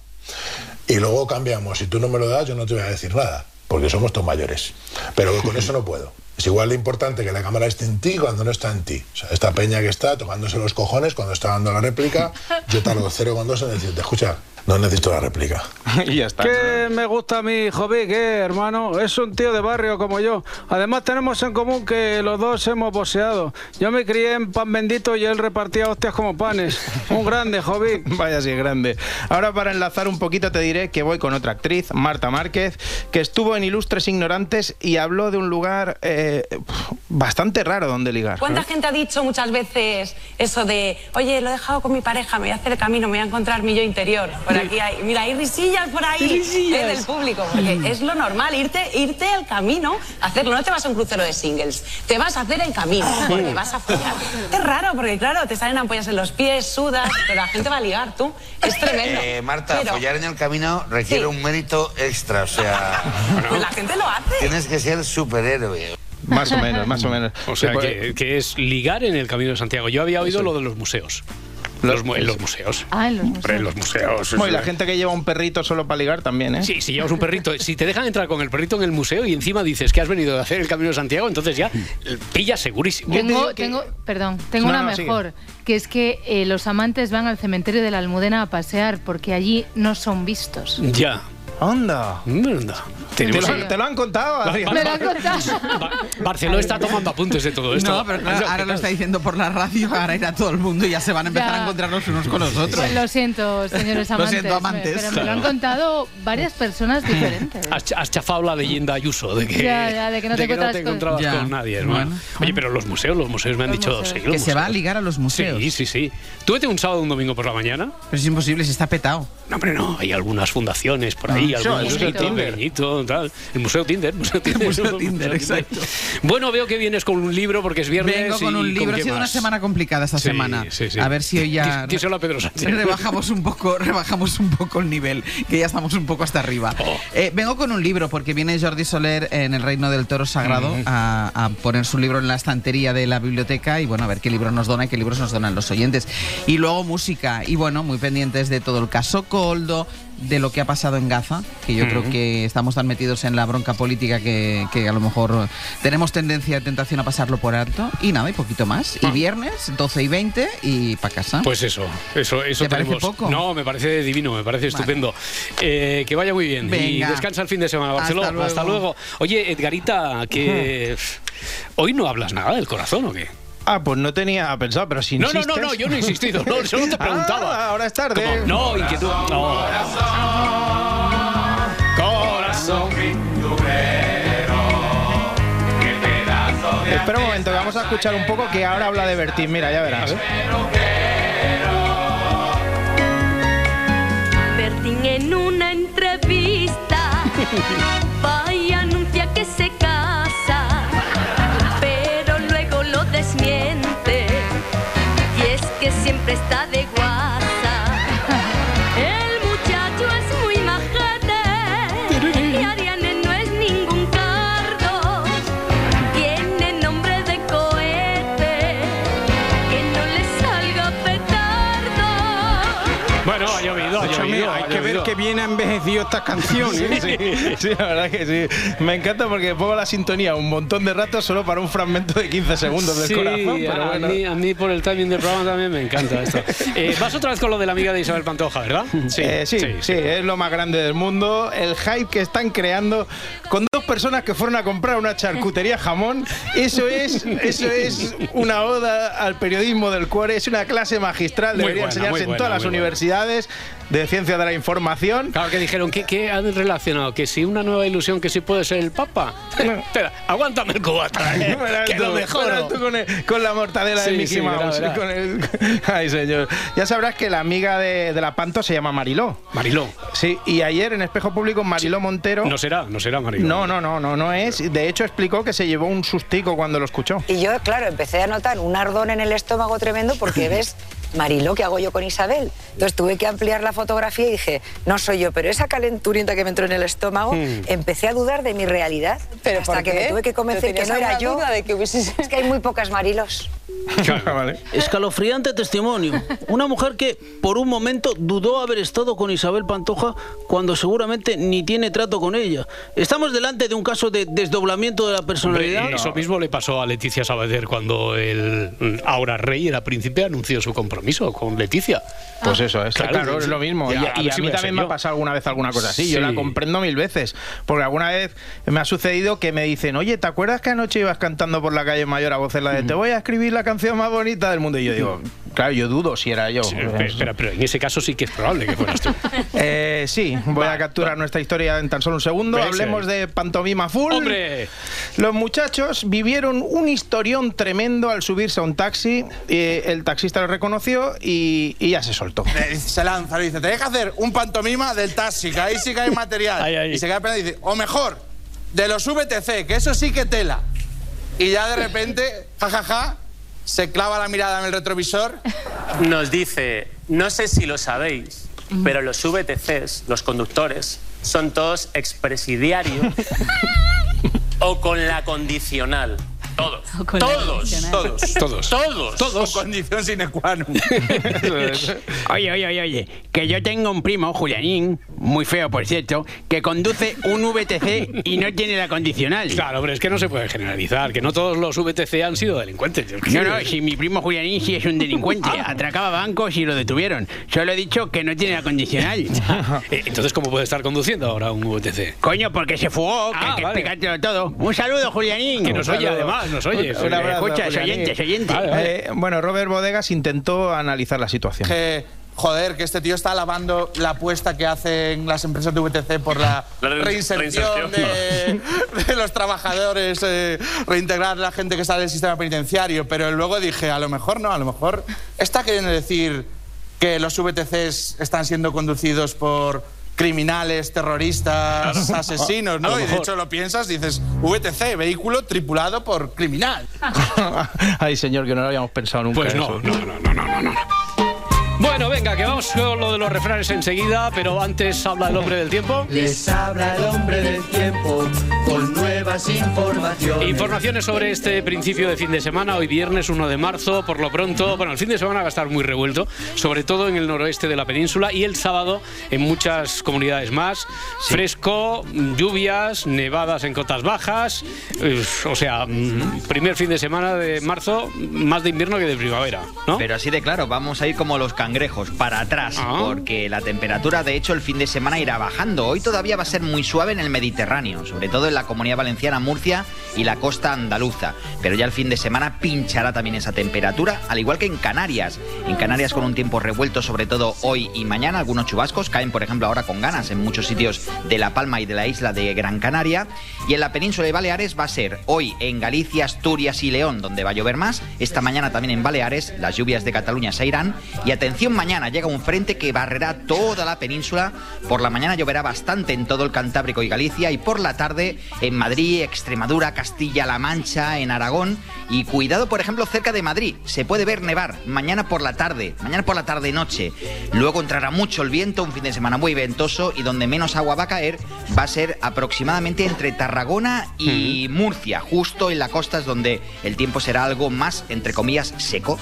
Speaker 11: Y luego cambiamos. Si tú no me lo das, yo no te voy a decir nada, porque somos tus mayores. Pero con eso no puedo. Es igual de importante que la cámara esté en ti cuando no está en ti. O sea, esta peña que está tocándose los cojones cuando está dando la réplica, yo tardo 0,2 en decirte, escucha, no necesito la réplica.
Speaker 4: y ya está.
Speaker 13: Que me gusta a mí, Jovic, eh, hermano? Es un tío de barrio como yo. Además, tenemos en común que los dos hemos boseado. Yo me crié en pan bendito y él repartía hostias como panes. Un grande, Jovic.
Speaker 4: Vaya si es grande. Ahora para enlazar un poquito te diré que voy con otra actriz, Marta Márquez, que estuvo en Ilustres Ignorantes y habló de un lugar eh, bastante raro donde ligar.
Speaker 14: ¿Cuánta gente ha dicho muchas veces eso de, oye, lo he dejado con mi pareja, me voy a hacer el camino, me voy a encontrar mi yo interior? Por aquí hay, mira, hay risillas por ahí eh, del público, porque es lo normal, irte, irte al camino, hacerlo. No te vas a un crucero de singles, te vas a hacer el camino, porque vas a follar. Es raro, porque claro, te salen ampollas en los pies, sudas, pero la gente va a ligar, tú. Es tremendo.
Speaker 15: Eh, Marta,
Speaker 14: Pero,
Speaker 15: follar en el camino requiere
Speaker 14: Sí.
Speaker 15: un mérito extra, o sea,
Speaker 14: pues la gente lo hace.
Speaker 15: tienes que ser superhéroe.
Speaker 4: Más o menos, más o menos.
Speaker 2: O sea,
Speaker 4: Sí, pues,
Speaker 2: que, que es ligar en el Camino de Santiago. Yo había oído lo de los museos. Los, mu- en los museos.
Speaker 10: Ah, en los
Speaker 2: Hombre, en los
Speaker 10: museos.
Speaker 2: museos.
Speaker 4: bueno, y la gente que lleva un perrito solo para ligar también, ¿eh?
Speaker 2: Sí, si llevas un perrito, si te dejan entrar con el perrito en el museo y encima dices que has venido a hacer el Camino de Santiago, entonces ya eh, pillas segurísimo.
Speaker 10: Tengo, tengo, perdón, tengo
Speaker 4: No,
Speaker 10: una
Speaker 4: no, sigue.
Speaker 10: mejor, que es que eh, los amantes van al cementerio de la Almudena a pasear porque allí no son vistos.
Speaker 2: Ya.
Speaker 4: ¡Onda!
Speaker 2: Anda.
Speaker 4: ¿Te
Speaker 2: Tenemos-
Speaker 4: lo, te lo han
Speaker 2: Ah,
Speaker 4: contado? Adrián?
Speaker 10: Me lo han contado.
Speaker 2: Ba- Barcelona está tomando apuntes de todo esto.
Speaker 16: No, pero claro, ahora lo está diciendo por la radio, ahora irá todo el mundo y ya se van a empezar
Speaker 10: Ya.
Speaker 16: a encontrar los unos con los otros.
Speaker 10: Lo siento, señores
Speaker 16: Lo
Speaker 10: amantes.
Speaker 16: siento,
Speaker 10: me-
Speaker 16: amantes.
Speaker 10: Pero me lo han contado varias personas diferentes.
Speaker 2: Has, cha- has chafado la leyenda Ayuso de que,
Speaker 10: Ya, ya, de que no te encuentras con-
Speaker 2: encontrabas
Speaker 16: Ya.
Speaker 2: con nadie, hermano.
Speaker 16: Bueno,
Speaker 2: Oye, pero los museos, los museos me han
Speaker 10: Los
Speaker 2: dicho
Speaker 10: museos.
Speaker 2: sí, los
Speaker 16: Que se va a
Speaker 2: museos.
Speaker 16: ligar a los museos.
Speaker 2: Sí, sí, sí. Tú vete un sábado o un domingo por la mañana.
Speaker 16: Pero es imposible, si está petado.
Speaker 2: No, hombre, no. Hay algunas fundaciones por
Speaker 16: Ah,
Speaker 2: ahí,
Speaker 16: eso,
Speaker 2: algún
Speaker 16: eso es el
Speaker 2: museo
Speaker 16: Tinder.
Speaker 2: pequeñito, tal. El Museo Tinder. Museo Tinder,
Speaker 16: Museo
Speaker 2: Museo
Speaker 16: Tinder, exacto.
Speaker 2: Bueno, veo que vienes con un libro porque es viernes.
Speaker 16: Vengo con
Speaker 2: y
Speaker 16: un libro, ha
Speaker 2: qué
Speaker 16: sido una
Speaker 2: más?
Speaker 16: semana complicada esta
Speaker 2: Sí,
Speaker 16: semana.
Speaker 2: sí, sí.
Speaker 16: A ver si hoy ya...
Speaker 2: Dí- díselo a Pedro Sánchez.
Speaker 16: Rebajamos un poco, rebajamos un poco el nivel, que ya estamos un poco hasta arriba.
Speaker 2: Oh.
Speaker 16: Eh, vengo con un libro, porque viene Jordi Soler en el Reino del Toro Sagrado
Speaker 2: Mm.
Speaker 16: a, a poner su libro en la estantería de la biblioteca y bueno, a ver qué libro nos dona y qué libros nos donan los oyentes. Y luego música, y bueno, muy pendientes de todo el caso Coldo, de lo que ha pasado en Gaza, que yo
Speaker 2: Mm.
Speaker 16: creo que estamos tan metidos en la bronca política que, que a lo mejor tenemos tendencia, tentación a pasarlo por alto. Y nada, y poquito más. Y viernes, 12 y 20, y para casa.
Speaker 2: Ah. Pues eso, eso, eso
Speaker 16: ¿Te parece
Speaker 2: tenemos.
Speaker 16: poco?
Speaker 2: No, me parece divino, me parece estupendo. Eh, que vaya muy bien
Speaker 16: Venga.
Speaker 2: y descansa el fin de semana,
Speaker 16: Hasta
Speaker 2: Barcelona.
Speaker 16: luego.
Speaker 2: Oye, Edgarita, que hoy no hablas nada del corazón o qué?
Speaker 4: Ah, pues no tenía pensado, pero si
Speaker 2: No, no, no,
Speaker 4: insistes-
Speaker 2: no, yo no he insistido, no, solo te preguntaba.
Speaker 4: Ah, ahora es tarde.
Speaker 2: Como, No, inquietud. No.
Speaker 3: pedazo qué pedazo de
Speaker 4: Espera un momento, que vamos a escuchar un poco que ahora habla de Bertín. Mira, ya verás.
Speaker 17: Bertín en una entrevista va y anuncia que se casa, pero luego lo desmiente y es que siempre está de guasa. El muchacho es muy majete y Ariane no es ningún cardo, tiene nombre de cohete, que no le salga petardo.
Speaker 2: Bueno, ha llovido, ha
Speaker 4: Ocho, mira,
Speaker 2: llovido.
Speaker 4: hay que ver que bien ha envejecido estas canciones.
Speaker 2: Sí.
Speaker 4: Sí, sí, la verdad que sí. Me encanta porque pongo la sintonía un montón de rato solo para un fragmento de 15 segundos del
Speaker 2: Sí,
Speaker 4: corazón. Pero
Speaker 2: a,
Speaker 4: bueno.
Speaker 2: mí, a mí por el timing del programa también me encanta esto. Eh, vas otra vez con lo de la amiga de Isabel Pantoja, ¿verdad?
Speaker 4: Sí, Eh, sí, sí, es lo más grande del mundo. El hype que están creando con dos personas que fueron a comprar una charcutería jamón. Eso es, eso es una oda al periodismo del cuore. Es una clase magistral.
Speaker 2: Muy
Speaker 4: Debería
Speaker 2: buena,
Speaker 4: enseñarse
Speaker 2: muy
Speaker 4: en
Speaker 2: buena,
Speaker 4: todas las
Speaker 2: muy buena.
Speaker 4: universidades de ciencia de la información.
Speaker 2: Claro, que dijeron, ¿qué, qué han relacionado? Que si una nueva ilusión, que si puede ser el Papa. Espera, aguántame el cubata, ¿eh?
Speaker 4: Verás
Speaker 2: que
Speaker 4: tú,
Speaker 2: lo
Speaker 4: verás
Speaker 2: mejoro.
Speaker 4: tú con, el- con la mortadela
Speaker 2: Sí,
Speaker 4: de Mickey
Speaker 2: sí, verá,
Speaker 4: Mouse.
Speaker 2: verá.
Speaker 4: con el- Ay, señor. Ya sabrás que la amiga de, de la Panto se llama Mariló.
Speaker 2: Mariló.
Speaker 4: Sí, y ayer en Espejo Público Mariló Montero...
Speaker 2: No será, no será, Mariló.
Speaker 4: No, no, no, no, no es. De hecho, explicó que se llevó un sustico cuando lo escuchó.
Speaker 14: Y yo, claro, empecé a notar un ardón en el estómago tremendo porque ves, Marilo, ¿qué hago yo con Isabel? Entonces tuve que ampliar la fotografía y dije, no soy yo, pero esa calenturienta que me entró en el estómago,
Speaker 18: Hmm.
Speaker 14: empecé a dudar de mi realidad.
Speaker 18: ¿Pero
Speaker 14: hasta
Speaker 18: por
Speaker 14: que me
Speaker 18: qué?
Speaker 14: tuve que convencer
Speaker 18: ¿Pero
Speaker 14: que no
Speaker 18: tenías
Speaker 14: era
Speaker 18: alguna
Speaker 14: yo.
Speaker 18: duda
Speaker 14: que Es que hay muy pocas Marilos.
Speaker 19: Escalofriante testimonio. Una mujer que por un momento dudó haber estado con Isabel Pantoja cuando seguramente ni tiene trato con ella. Estamos delante de un caso de desdoblamiento de la
Speaker 2: Hombre,
Speaker 19: personalidad.
Speaker 2: eh, eso mismo le pasó a Leticia Sabater cuando el mm, ahora rey era príncipe anunció su compromiso con Leticia.
Speaker 4: Pues eso, es claro, es lo mismo. Y,
Speaker 2: Ya,
Speaker 4: y
Speaker 2: ver
Speaker 4: a
Speaker 2: si
Speaker 4: mí
Speaker 2: voy
Speaker 4: también
Speaker 2: ser
Speaker 4: me ha
Speaker 2: yo.
Speaker 4: pasado alguna vez alguna cosa así. Yo la
Speaker 2: Sí.
Speaker 4: comprendo mil veces. Porque alguna vez me ha sucedido que me dicen, oye, ¿te acuerdas que anoche ibas cantando por la calle mayor a voces
Speaker 2: Mm.
Speaker 4: la de te voy a escribir la canción más bonita del mundo? Y yo digo, claro, yo dudo si era yo.
Speaker 2: Sí, espera, espera, pero en ese caso sí que es probable que este. fueras tú.
Speaker 4: Eh, sí, voy a capturar nuestra historia en tan solo un segundo.
Speaker 2: Ves,
Speaker 4: Hablemos
Speaker 2: eh.
Speaker 4: de Pantomima Full.
Speaker 2: ¡Hombre!
Speaker 4: Los muchachos vivieron un historión tremendo al subirse a un taxi. eh, el taxista lo reconoció y, y ya se soltó.
Speaker 20: Eh, Se lanza, le dice, tenéis que hacer un pantomima del taxi, que ahí sí que hay material.
Speaker 4: Ahí, ahí.
Speaker 20: Y se queda pensando y dice, o mejor, de los VTC, Eh, que eso sí que tela. Y ya de repente, jajaja, se clava la mirada en el retrovisor.
Speaker 21: nos dice, no sé si lo sabéis, pero los VTCs, los conductores, son todos expresidiarios o con la condicional. Todos.
Speaker 20: con la
Speaker 21: Todos.
Speaker 20: condicional.
Speaker 21: Todos.
Speaker 20: Todos.
Speaker 21: Todos. Todos.
Speaker 20: Condición sine qua non.
Speaker 13: Oye, oye, oye, oye, que yo tengo un primo, Julianín, muy feo por cierto, que conduce un VTC y no tiene la condicional.
Speaker 2: Claro, hombre, es que no se puede generalizar, que no todos los VTC han sido delincuentes.
Speaker 13: No, no, si mi primo Julianín sí es un delincuente,
Speaker 22: Ah.
Speaker 13: atracaba bancos y lo detuvieron. Solo he dicho que no tiene la condicional.
Speaker 2: Eh, Entonces, ¿cómo puede estar conduciendo ahora un VTC?
Speaker 13: Coño, porque se
Speaker 22: Ah,
Speaker 13: fugó, que hay que
Speaker 2: vale.
Speaker 13: explicártelo todo. Un saludo, Julianín.
Speaker 2: Que nos oye, además, nos oye.
Speaker 4: Un abrazo,
Speaker 13: Escucha, es
Speaker 4: Julianín.
Speaker 13: oyente, es oyente.
Speaker 4: Eh, bueno, Robert Bodegas intentó analizar la situación.
Speaker 20: Que, joder, que este tío está alabando la apuesta que hacen las empresas de VTC por la,
Speaker 4: La re-
Speaker 20: reinserción,
Speaker 4: reinserción,
Speaker 20: de, de los trabajadores, eh, reintegrar la gente que sale del sistema penitenciario. Pero luego dije, a lo mejor no, a lo mejor está queriendo decir que los VTCs están siendo conducidos por criminales, terroristas,
Speaker 23: Claro.
Speaker 20: asesinos,
Speaker 23: A
Speaker 20: ¿no?
Speaker 23: lo
Speaker 20: Y de
Speaker 23: mejor.
Speaker 20: hecho lo piensas, dices, VTC, vehículo tripulado por criminal.
Speaker 4: Ay, señor, que no lo habíamos pensado nunca.
Speaker 2: Pues no, no, Bueno, venga, que vamos con lo de los refranes enseguida, pero antes habla el hombre del tiempo.
Speaker 3: Les habla el hombre del tiempo con nuevas informaciones.
Speaker 2: Informaciones sobre este principio de fin de semana, hoy viernes 1 de marzo, por lo pronto, bueno, el fin de semana va a estar muy revuelto, sobre todo en el noroeste de la península y el sábado en muchas comunidades más. Fresco, lluvias, nevadas en cotas bajas, eh, o sea, mm, primer fin de semana de marzo, más de invierno que de primavera.
Speaker 5: Pero así de claro, vamos a ir como los cangrejos, para atrás,
Speaker 2: Ah.
Speaker 5: porque la temperatura de hecho el fin de semana irá bajando. Hoy todavía va a ser muy suave en el Mediterráneo, sobre todo en la Comunidad Valenciana Valenciana, Murcia y la costa andaluza. Pero ya el fin de semana pinchará también esa temperatura, al igual que en Canarias. En Canarias con un tiempo revuelto, sobre todo hoy y mañana, algunos chubascos caen, por ejemplo, ahora con ganas en muchos sitios de La Palma y de la isla de Gran Canaria. Y en la península de Baleares va a ser hoy en Galicia, Asturias y León, donde va a llover más. Esta mañana también en Baleares, las lluvias de Cataluña se irán. Y atención, mañana llega un frente que barrerá toda la península. Por la mañana lloverá bastante en todo el Cantábrico y Galicia. Y por la tarde en Madrid, Extremadura, Castilla-La Mancha, en Aragón. Y cuidado, por ejemplo, cerca de Madrid. Se puede ver nevar mañana por la tarde, mañana por la tarde-noche. Luego entrará mucho el viento, un fin de semana muy ventoso. Y donde menos agua va a caer va a ser aproximadamente entre Tarragona y Murcia. Justo en la costa es donde el tiempo será algo más, entre comillas, seco.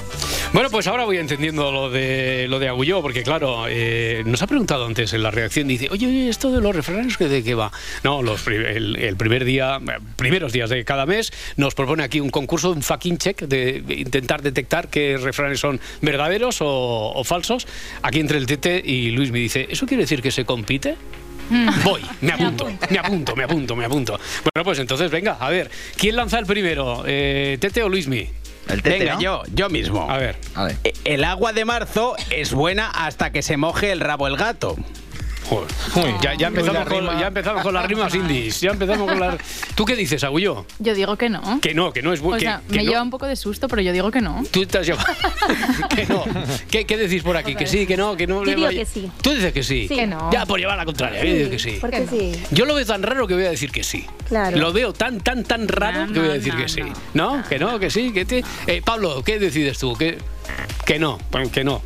Speaker 2: Bueno, pues ahora voy entendiendo lo de lo de Agulló, porque claro, eh, nos ha preguntado antes en la reacción, dice, oye, oye, esto de los refranes, ¿qué- ¿de qué va? No, los, pri- el, el primer día, eh, primeros días de cada mes, nos propone aquí un concurso, un fucking check, de, de intentar detectar qué refranes son verdaderos o, o falsos. Aquí entre el Tete y Luis me dice, ¿eso quiere decir que se compite? Voy, me apunto, me apunto, me apunto, me apunto. Bueno, pues entonces venga, a ver, ¿quién lanza el primero? Eh, ¿Tete o Luismi?
Speaker 5: El
Speaker 22: Tete, Venga, ¿no? yo, yo mismo.
Speaker 2: A ver.
Speaker 22: E- El agua de marzo es buena hasta que se moje el rabo el gato.
Speaker 2: ya, ya empezamos con, ya empezamos con las rimas indies. Ya empezamos con las. ¿Tú qué dices, Agullo?
Speaker 24: Yo digo que no.
Speaker 2: Que no, que no es bueno.
Speaker 24: o
Speaker 2: que-
Speaker 24: sea,
Speaker 2: que
Speaker 24: me
Speaker 2: no.
Speaker 24: lleva un poco de susto, pero yo digo que no.
Speaker 2: Tú te has llevado. que no. ¿Qué, qué decís por aquí? ¿Que sí, que no? Que no
Speaker 24: Yo
Speaker 2: le
Speaker 24: digo
Speaker 2: vaya-
Speaker 24: que sí.
Speaker 2: Tú dices que sí.
Speaker 24: Sí. Que no.
Speaker 2: Ya, por llevar la contraria. Yo digo que sí.
Speaker 25: Porque sí.
Speaker 2: Yo lo veo tan raro que voy a decir que sí.
Speaker 24: Pues
Speaker 25: Claro.
Speaker 2: Lo veo tan, tan, tan raro que voy a decir que sí. ¿No? que no, que sí. Que te... Eh, Pablo, ¿qué decides tú? ¿Que, que no, pues que no.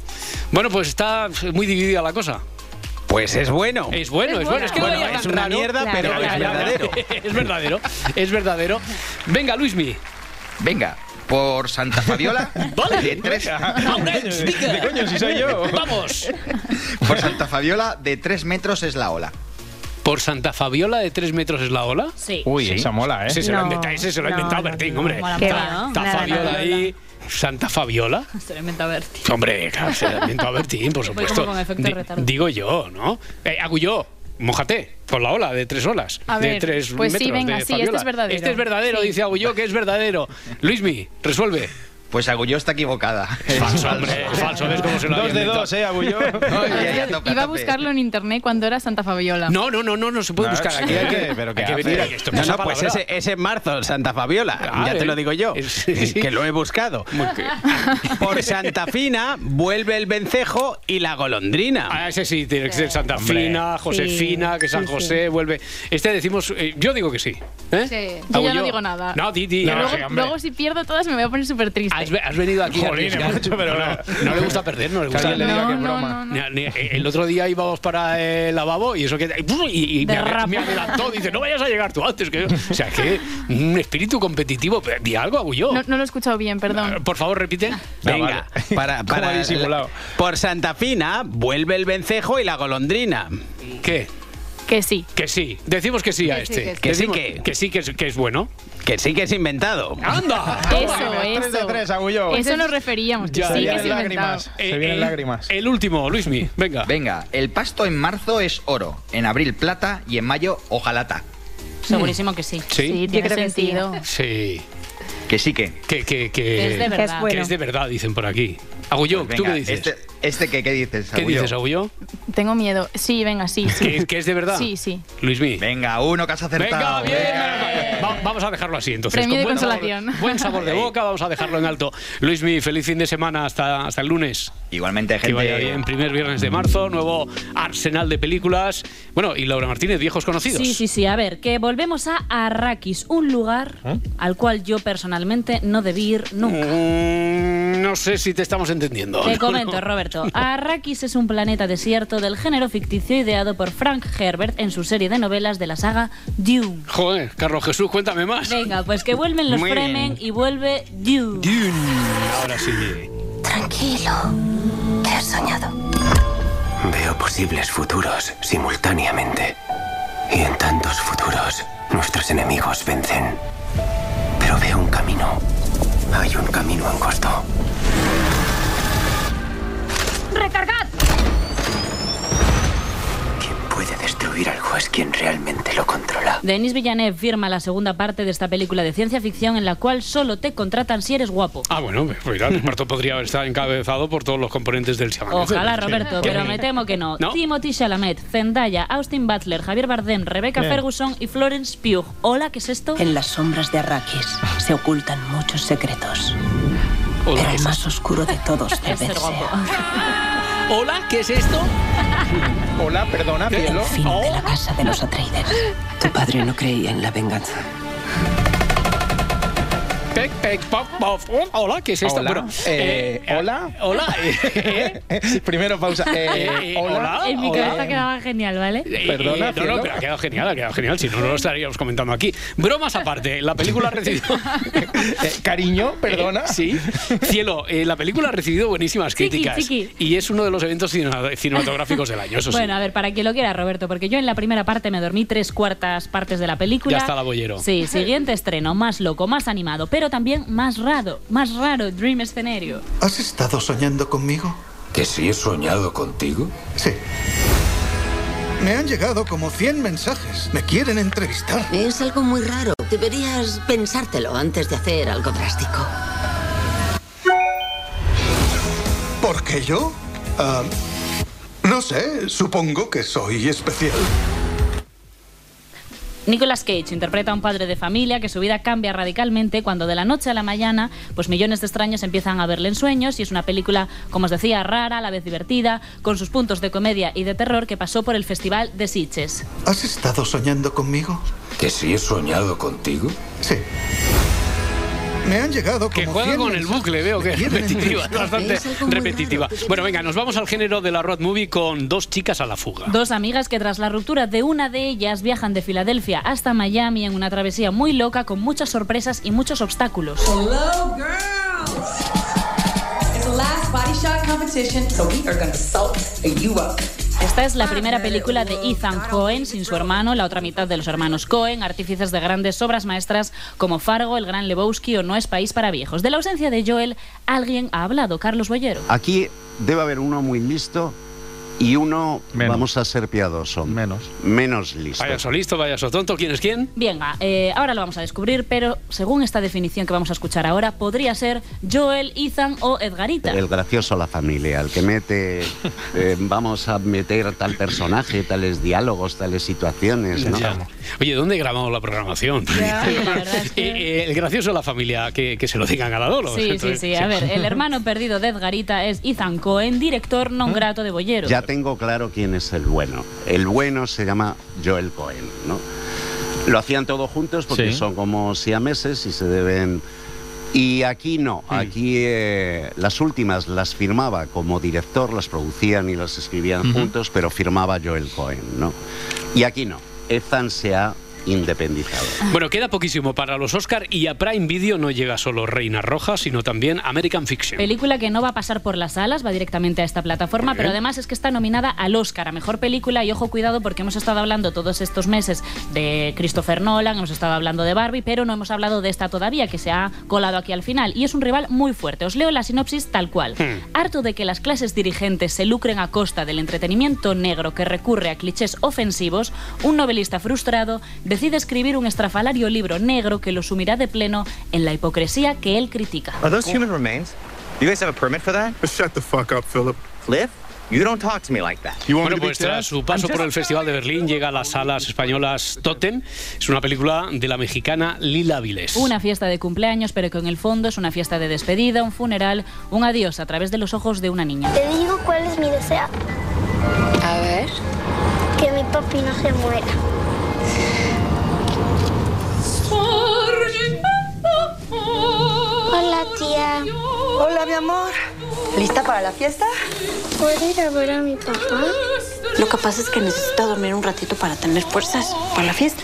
Speaker 2: Bueno, pues está muy dividida la cosa.
Speaker 22: Pues es bueno.
Speaker 2: Es bueno, es bueno. Es, que
Speaker 22: Bueno,
Speaker 2: lo veía
Speaker 22: es
Speaker 2: tan
Speaker 22: una
Speaker 2: raro.
Speaker 22: mierda, pero
Speaker 2: Ya, ya,
Speaker 22: es
Speaker 2: ya, ya.
Speaker 22: verdadero.
Speaker 2: es verdadero. Es verdadero. Venga, Luismi.
Speaker 5: Venga, por Santa Fabiola.
Speaker 2: Vale.
Speaker 5: de tres-
Speaker 2: De
Speaker 4: coño, si soy yo.
Speaker 2: Vamos.
Speaker 5: Por Santa Fabiola, de 3 metros es la ola.
Speaker 2: ¿Por Santa Fabiola de 3 metros es la ola?
Speaker 26: Sí.
Speaker 4: Uy, esa mola, ¿eh?
Speaker 2: Ese se lo ha
Speaker 26: No,
Speaker 2: inventado, ese se lo ha
Speaker 26: no,
Speaker 2: inventado
Speaker 26: no,
Speaker 2: Bertín,
Speaker 26: no,
Speaker 2: hombre.
Speaker 26: mola
Speaker 2: Ta-
Speaker 26: mucho.
Speaker 2: ta
Speaker 26: Nada,
Speaker 2: Fabiola
Speaker 26: nada,
Speaker 2: ahí. ¿Santa Fabiola?
Speaker 26: Se lo inventa Berti.
Speaker 2: Hombre, claro, se lo ha inventado Bertín, por
Speaker 26: Fue como
Speaker 2: supuesto.
Speaker 26: con efecto
Speaker 2: Di-
Speaker 26: retardo.
Speaker 2: digo yo, ¿no? Eh, Agulló, mójate, con la ola de tres olas.
Speaker 24: A
Speaker 2: de
Speaker 24: ver,
Speaker 2: tres
Speaker 24: pues sí,
Speaker 2: metros
Speaker 24: venga,
Speaker 2: de
Speaker 24: sí, este
Speaker 2: Fabiola.
Speaker 24: es verdadero.
Speaker 2: Este es verdadero,
Speaker 24: Sí.
Speaker 2: dice Agulló que es verdadero. Luismi, resuelve.
Speaker 5: Pues Agulló está equivocada.
Speaker 2: Falso, hombre, es falso, ¿ves cómo se lo
Speaker 4: Dos
Speaker 2: había
Speaker 4: de
Speaker 2: inventado?
Speaker 4: dos, ¿eh, Agullo?
Speaker 24: Iba a buscarlo en internet cuando era Santa Fabiola.
Speaker 2: No, no, no, no, no se puede
Speaker 22: No,
Speaker 2: buscar. Aquí
Speaker 22: sí,
Speaker 2: hay que,
Speaker 22: pero
Speaker 2: hay que
Speaker 22: ¿qué
Speaker 2: venir
Speaker 22: hace?
Speaker 2: a que esto
Speaker 22: No,
Speaker 2: pasa
Speaker 22: no, pues
Speaker 2: palabra.
Speaker 22: ese, ese es marzo, Santa Fabiola.
Speaker 2: Claro,
Speaker 22: ya te
Speaker 2: eh.
Speaker 22: lo digo yo.
Speaker 2: sí.
Speaker 22: Que lo he buscado. Por Santa Fina vuelve el vencejo y la golondrina.
Speaker 2: Ah, ese sí, tiene que ser Santa
Speaker 22: Hombre.
Speaker 2: Fina, Josefina,
Speaker 24: Sí,
Speaker 2: que San
Speaker 24: sí,
Speaker 2: José vuelve. Este decimos, eh, yo digo que sí. ¿eh?
Speaker 24: Sí. Yo ya
Speaker 2: Agullo.
Speaker 24: Ah. no digo nada.
Speaker 2: No, di, di.
Speaker 24: Y
Speaker 2: No,
Speaker 24: luego,
Speaker 2: sí, hombre.
Speaker 24: luego si pierdo todas me voy a poner súper triste.
Speaker 2: Has, ve- has venido aquí a
Speaker 4: Jolín,
Speaker 2: arriesgar.
Speaker 4: macho, pero
Speaker 2: no, no le gusta perder, no le gusta.
Speaker 4: alguien le diga No, que es no,
Speaker 2: broma. El otro día íbamos para el lavabo y eso que y, y me,
Speaker 4: Derrapa.
Speaker 2: ade- me adelantó, dice, "No vayas a llegar tú antes que yo". O sea, que un espíritu competitivo, pero di algo, Agullo.
Speaker 24: No, Ah. no lo he escuchado bien, perdón.
Speaker 2: Por favor, repite.
Speaker 22: Venga, para,
Speaker 2: ¿Cómo
Speaker 22: para
Speaker 2: ha disimulado?
Speaker 22: la- por Santa Fina vuelve el vencejo y la golondrina.
Speaker 2: ¿Qué?
Speaker 24: Que sí.
Speaker 2: Que sí. Decimos que sí a
Speaker 24: Que sí,
Speaker 2: este.
Speaker 22: que sí.
Speaker 2: Decimos
Speaker 22: Que sí, que-
Speaker 2: que sí que es, que es bueno.
Speaker 22: Que sí que es inventado.
Speaker 2: ¡Anda!
Speaker 24: Eso, eso. eso nos referíamos. Que sí, que es inventado.
Speaker 5: Se vienen lágrimas.
Speaker 2: Eh, El último, Luismi, venga.
Speaker 5: Venga, el pasto en marzo es oro, en abril plata y en mayo hojalata.
Speaker 26: Segurísimo que sí.
Speaker 2: Sí,
Speaker 24: tiene sentido.
Speaker 2: Sí.
Speaker 5: Que sí que.
Speaker 2: Que, que,
Speaker 26: Que es de verdad. Que es bueno.
Speaker 2: que es de verdad, dicen por aquí. Agullo,
Speaker 5: Pues
Speaker 2: ¿tú qué
Speaker 5: venga,
Speaker 2: dices?
Speaker 5: Este, este que, ¿qué dices,
Speaker 2: ¿Qué dices, Agullo?
Speaker 24: Tengo miedo. Sí, venga, sí, sí.
Speaker 2: ¿Que, que es de verdad?
Speaker 24: Sí, sí.
Speaker 2: Luismi.
Speaker 5: Venga, uno que has
Speaker 2: Venga,
Speaker 5: acertado.
Speaker 2: bien. Va- vamos a dejarlo así, entonces.
Speaker 24: Premio de
Speaker 2: buen sabor-
Speaker 24: consolación.
Speaker 2: buen sabor de boca, vamos a dejarlo en alto. Luismi, feliz fin de semana hasta, hasta el lunes.
Speaker 5: Igualmente, gente.
Speaker 2: Que vaya bien. Primer viernes de marzo, nuevo arsenal de películas. Bueno, y Laura Martínez, viejos conocidos.
Speaker 26: Sí, sí, sí. A ver, que volvemos a Arrakis, un lugar al cual yo personalmente no debí ir nunca.
Speaker 2: Mm, no sé si te estamos entendiendo.
Speaker 26: Te comento, Roberto. Ah. Arrakis es un planeta desierto del género ficticio ideado por Frank Herbert en su serie de novelas de la saga Dune.
Speaker 2: Joder, Carlos Jesús, cuéntame más.
Speaker 26: Venga, pues que vuelven los
Speaker 2: Muy
Speaker 26: Fremen y vuelve Dune.
Speaker 2: Ahora sí.
Speaker 25: Tranquilo. ¿Qué has soñado?
Speaker 27: Veo posibles futuros simultáneamente. Y en tantos futuros, nuestros enemigos vencen. Pero veo un camino. Hay un camino angosto.
Speaker 26: ¡Recargad!
Speaker 27: ¿Quién puede destruir algo es quien realmente lo controla.
Speaker 26: Denis Villeneuve firma la segunda parte de esta película de ciencia ficción en la cual solo te contratan si eres guapo.
Speaker 2: Ah, bueno, pues mira, el reparto podría estar encabezado por todos los componentes del chamán.
Speaker 26: Ojalá, Roberto, pero me temo que no.
Speaker 2: ¿No?
Speaker 26: Timothy Chalamet, Zendaya, Austin Butler, Javier Bardem, Rebecca
Speaker 1: Bien.
Speaker 26: Ferguson y Florence Pugh. Hola, ¿qué es esto?
Speaker 1: En las sombras de Arrakis se ocultan muchos secretos. Pero el más oscuro de todos
Speaker 26: Es
Speaker 1: debe
Speaker 26: ser guapo.
Speaker 2: Hola, ¿qué es esto?
Speaker 4: Hola, perdona,
Speaker 1: El
Speaker 4: cielo.
Speaker 1: fin de la
Speaker 7: Oh.
Speaker 1: casa de los Atreides.
Speaker 27: Tu padre no creía en la venganza.
Speaker 2: Pec, pec, pop, pop. Hola, ¿qué es esto?
Speaker 4: Hola,
Speaker 2: Bueno,
Speaker 4: eh, hola.
Speaker 2: Hola. eh,
Speaker 4: Primero pausa. Eh, hola.
Speaker 26: Ah, En mi
Speaker 2: hola.
Speaker 26: cabeza quedaba genial, ¿vale?
Speaker 2: Eh,
Speaker 4: Perdona,
Speaker 2: eh, no,
Speaker 4: cielo.
Speaker 2: no, pero ha quedado genial, ha quedado genial. Si no, no lo estaríamos comentando aquí. Bromas aparte, la película ha recibido.
Speaker 4: Eh,
Speaker 2: Eh,
Speaker 4: cariño, perdona.
Speaker 2: sí. Cielo, eh, la película ha recibido buenísimas
Speaker 26: Chiqui,
Speaker 2: críticas.
Speaker 26: chiqui.
Speaker 2: Y es uno de los eventos cine- cinematográficos del año, eso sí.
Speaker 26: Bueno, a ver, para quien lo quiera, Roberto, porque yo en la primera parte me dormí tres cuartas partes de la película.
Speaker 2: Ya está la bollero.
Speaker 26: Sí, siguiente estreno, más loco, más animado, pero también más raro, más raro, Dream Escenario.
Speaker 7: ¿Has estado soñando conmigo?
Speaker 27: ¿Que sí he soñado contigo?
Speaker 7: Sí. Me han llegado como 100 mensajes. Me quieren entrevistar.
Speaker 25: Es algo muy raro. Deberías pensártelo Pues antes de hacer algo drástico.
Speaker 7: ¿Por qué yo? Ah, no sé, supongo que soy especial.
Speaker 26: Nicolas Cage interpreta a un padre de familia que su vida cambia radicalmente cuando de la noche a la mañana, pues millones de extraños empiezan a verle en sueños y es una película, como os decía, rara, a la vez divertida, con sus puntos de comedia y de terror que pasó por el Festival de Sitges.
Speaker 7: ¿Has estado soñando conmigo?
Speaker 27: ¿Que sí he soñado contigo?
Speaker 7: Sí. Me han llegado como
Speaker 2: Que juega
Speaker 7: 100
Speaker 2: con el
Speaker 7: mensajes.
Speaker 2: bucle, veo que es
Speaker 7: Me quieren
Speaker 2: repetitiva, es
Speaker 7: entrevistar.
Speaker 2: bastante repetitiva. Bueno, venga, nos vamos al género de la road movie con dos chicas a la fuga.
Speaker 26: Dos amigas que tras la ruptura de una de ellas viajan de Filadelfia hasta Miami en una travesía muy loca con muchas sorpresas y muchos obstáculos.
Speaker 8: Hello, Oh, girls. It's the last body shot competition, so we are gonna salt you up.
Speaker 26: Esta es la primera película de Ethan Cohen sin su hermano, la otra mitad de los hermanos Cohen, artífices de grandes obras maestras como Fargo, El Gran Lebowski o No es País para Viejos. De la ausencia de Joel, alguien ha hablado, Carlos Boyero.
Speaker 9: Aquí debe haber uno muy listo y uno, vamos a ser piadoso. Menos. Menos listo.
Speaker 2: Vaya solisto, vaya so tonto, ¿quién es quién?
Speaker 26: Bien, ah, eh, ahora lo vamos a descubrir, pero según esta definición que vamos a escuchar ahora, podría ser Joel, Ethan o Edgarita.
Speaker 9: El gracioso a la familia, el que mete, eh, vamos a meter tal personaje, tales diálogos, tales situaciones, ¿no?
Speaker 2: Ya. Oye, ¿dónde grabamos la programación? Eh, eh, el gracioso de la familia, que, que se lo digan a la Dolo.
Speaker 26: Sí, sí,
Speaker 2: Entonces,
Speaker 26: sí. A ver, el hermano perdido de Edgarita es Ethan Cohen, director non grato de Boyero.
Speaker 9: ¿Eh? Ya tengo claro quién es el bueno. El bueno se llama Joel Cohen, ¿no? Lo hacían todos juntos porque
Speaker 28: Sí.
Speaker 9: son como siameses y se deben... Y aquí no, aquí eh, las últimas las firmaba como director, las producían y las escribían
Speaker 28: Ujú.
Speaker 9: juntos, pero firmaba Joel Cohen, ¿no? Y aquí no, Ethan se ha independizado.
Speaker 2: Bueno, queda poquísimo para los Oscar y a Prime Video no llega solo Reina Roja, sino también American Fiction.
Speaker 26: Película que no va a pasar por las salas, va directamente a esta plataforma,
Speaker 2: Muy
Speaker 26: pero
Speaker 2: bien.
Speaker 26: además es que está nominada al Oscar a Mejor Película y ojo cuidado porque hemos estado hablando todos estos meses de Christopher Nolan, hemos estado hablando de Barbie, pero no hemos hablado de esta todavía que se ha colado aquí al final y es un rival muy fuerte. Os leo la sinopsis tal cual.
Speaker 17: Hmm.
Speaker 26: Harto de que las clases dirigentes se lucren a costa del entretenimiento negro que recurre a clichés ofensivos, un novelista frustrado decide escribir un estrafalario libro negro que lo sumirá de pleno en la hipocresía que él critica.
Speaker 29: Are those human remains? Do you guys have a permit for that? Shut the fuck up, Philip. Liv, you don't talk to me like that.
Speaker 2: Bueno, pues tras su paso por el Festival de Berlín llega a las salas españolas Totem. Es una película de la mexicana Lila Viles.
Speaker 26: Una fiesta de cumpleaños, pero que en el fondo es una fiesta de despedida, un funeral, un adiós a través de los ojos de una niña.
Speaker 17: Te digo cuál es mi deseo. A ver. Que mi papi no se muera. Hola, tía. Hola, mi amor.
Speaker 8: ¿Lista para la fiesta?
Speaker 17: ¿Puedo ir a ver a mi papá?
Speaker 8: Lo que pasa es que necesito dormir un ratito para tener fuerzas para la fiesta.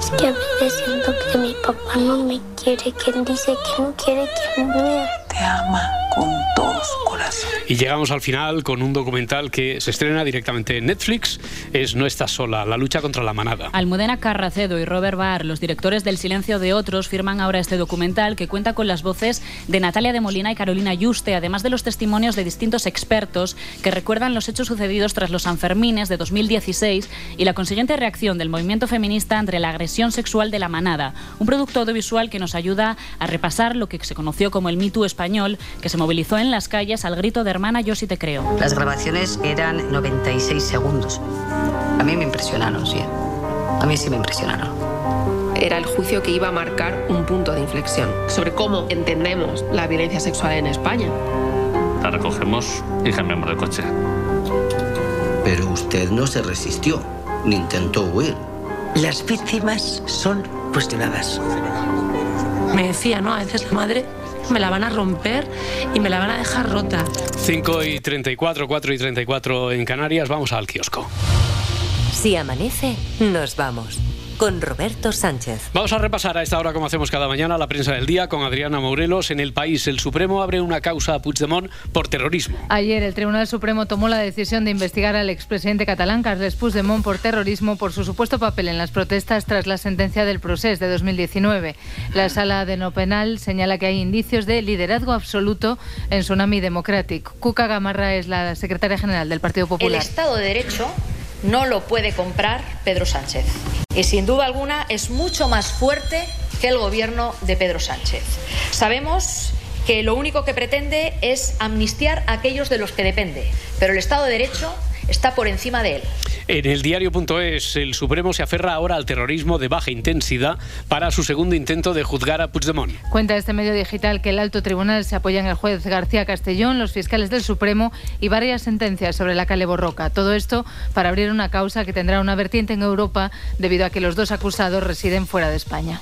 Speaker 17: Es que a veces siento que mi papá no me quiere, que él dice que no quiere que me vea. Te ama.
Speaker 2: con todo su corazón. Y llegamos al final con un documental que se estrena directamente en Netflix. Es No estás sola, la lucha contra la manada.
Speaker 26: Almudena Carracedo y Robert Barr, los directores del Silencio de Otros, firman ahora este documental que cuenta con las voces de Natalia de Molina y Carolina Yuste, además de los testimonios de distintos expertos que recuerdan los hechos sucedidos tras los Sanfermines de 2016 y la consiguiente reacción del movimiento feminista ante la agresión sexual de la manada. Un producto audiovisual que nos ayuda a repasar lo que se conoció como el Me Too español, que se movilizó en las calles al grito de hermana yo sí te creo.
Speaker 6: Las grabaciones eran 96 segundos. A mí me impresionaron, sí. A mí sí me impresionaron.
Speaker 11: Era el juicio que iba a marcar un punto de inflexión sobre cómo entendemos la violencia sexual en España.
Speaker 12: La recogemos y cambiamos de coche.
Speaker 30: Pero usted no se resistió, ni intentó huir.
Speaker 31: Las víctimas son cuestionadas.
Speaker 16: Me decía, ¿no? A veces la madre me la van a romper y me la van a dejar rota.
Speaker 2: 5 y 34, 4 y 34 en Canarias, vamos al kiosco.
Speaker 28: Si amanece, nos vamos. Con Roberto Sánchez.
Speaker 2: Vamos a repasar a esta hora, como hacemos cada mañana, la prensa del día con Adriana Morelos. En el país, el Supremo abre una causa a Puigdemont por terrorismo.
Speaker 10: Ayer el Tribunal Supremo tomó la decisión de investigar al expresidente catalán Carles Puigdemont por terrorismo por su supuesto papel en las protestas tras la sentencia del proceso de 2019. La sala de no penal señala que hay indicios de liderazgo absoluto en Tsunami Democratic. Cuca Gamarra es la secretaria general del Partido Popular.
Speaker 32: El Estado de Derecho no lo puede comprar Pedro Sánchez. Y sin duda alguna es mucho más fuerte que el gobierno de Pedro Sánchez. Sabemos que lo único que pretende es amnistiar a aquellos de los que depende, pero el Estado de Derecho está por encima de él.
Speaker 2: En el diario.es, el Supremo se aferra ahora al terrorismo de baja intensidad para su segundo intento de juzgar a Puigdemont.
Speaker 10: Cuenta este medio digital que el alto tribunal se apoya en el juez García Castellón, los fiscales del Supremo y varias sentencias sobre la Cale Borroca. Todo esto para abrir una causa que tendrá una vertiente en Europa debido a que los dos acusados residen fuera de España.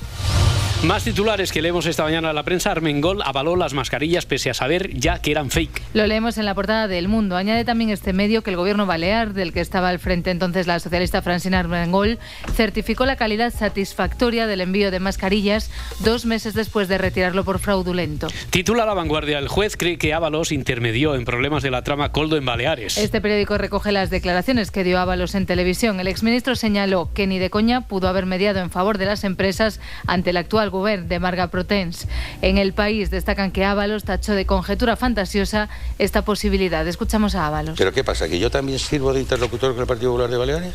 Speaker 2: Más titulares que leemos esta mañana en la prensa. Armengol avaló las mascarillas pese a saber ya que eran fake.
Speaker 10: Lo leemos en la portada de El Mundo. Añade también este medio que el gobierno balear, del que estaba al frente entonces la socialista Francina Armengol, certificó la calidad satisfactoria del envío de mascarillas dos meses después de retirarlo por fraudulento.
Speaker 2: Titula La Vanguardia. El juez cree que Ábalos intermedió en problemas de la trama Coldo en Baleares.
Speaker 10: Este periódico recoge las declaraciones que dio Ábalos en televisión. El exministro señaló que ni de coña pudo haber mediado en favor de las empresas ante la actual Gobern de Marga Protens. En el país destacan que Ábalos tachó de conjetura fantasiosa esta posibilidad. Escuchamos a Ábalos.
Speaker 15: ¿Pero qué pasa? ¿Que yo también sirvo de interlocutor con el Partido Popular de Baleares?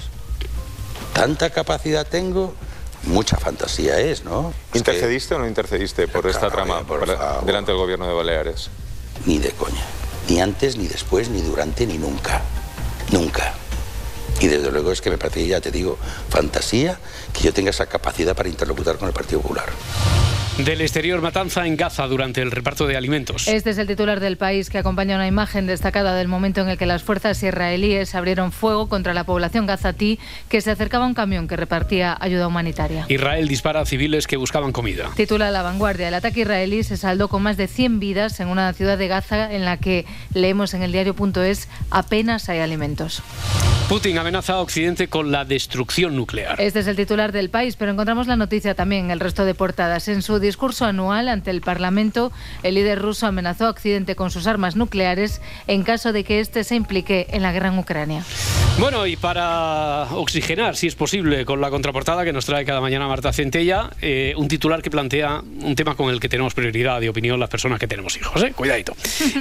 Speaker 15: ¿Tanta capacidad tengo? Mucha fantasía es, ¿no? Es
Speaker 33: ¿Intercediste que... o no intercediste por esta
Speaker 15: Claro, eh,
Speaker 33: trama
Speaker 15: por
Speaker 33: para-
Speaker 15: favor.
Speaker 33: delante del gobierno de Baleares?
Speaker 15: Ni de coña. Ni antes, ni después, ni durante, ni nunca. Nunca. Y desde luego es que me parece, ya te digo, fantasía que yo tenga esa capacidad para interlocutar con el Partido Popular.
Speaker 2: Del exterior, matanza en Gaza durante el reparto de alimentos.
Speaker 10: Este es el titular del país que acompaña una imagen destacada del momento en el que las fuerzas israelíes abrieron fuego contra la población gazatí que se acercaba a un camión que repartía ayuda humanitaria.
Speaker 2: Israel dispara a civiles que buscaban comida.
Speaker 10: Titula La Vanguardia. El ataque israelí se saldó con más de 100 vidas en una ciudad de Gaza en la que, leemos en el diario.es, apenas hay alimentos.
Speaker 2: Putin amenaza a Occidente con la destrucción nuclear.
Speaker 10: Este es el titular del país, pero encontramos la noticia también en el resto de portadas. En su discurso anual ante el Parlamento, el líder ruso amenazó a Occidente con sus armas nucleares en caso de que éste se implique en la guerra en Ucrania.
Speaker 2: Bueno, y para oxigenar, si es posible, con la contraportada que nos trae cada mañana Marta Centella, eh, un titular que plantea un tema con el que tenemos prioridad de opinión las personas que tenemos hijos. ¿eh? Cuidadito.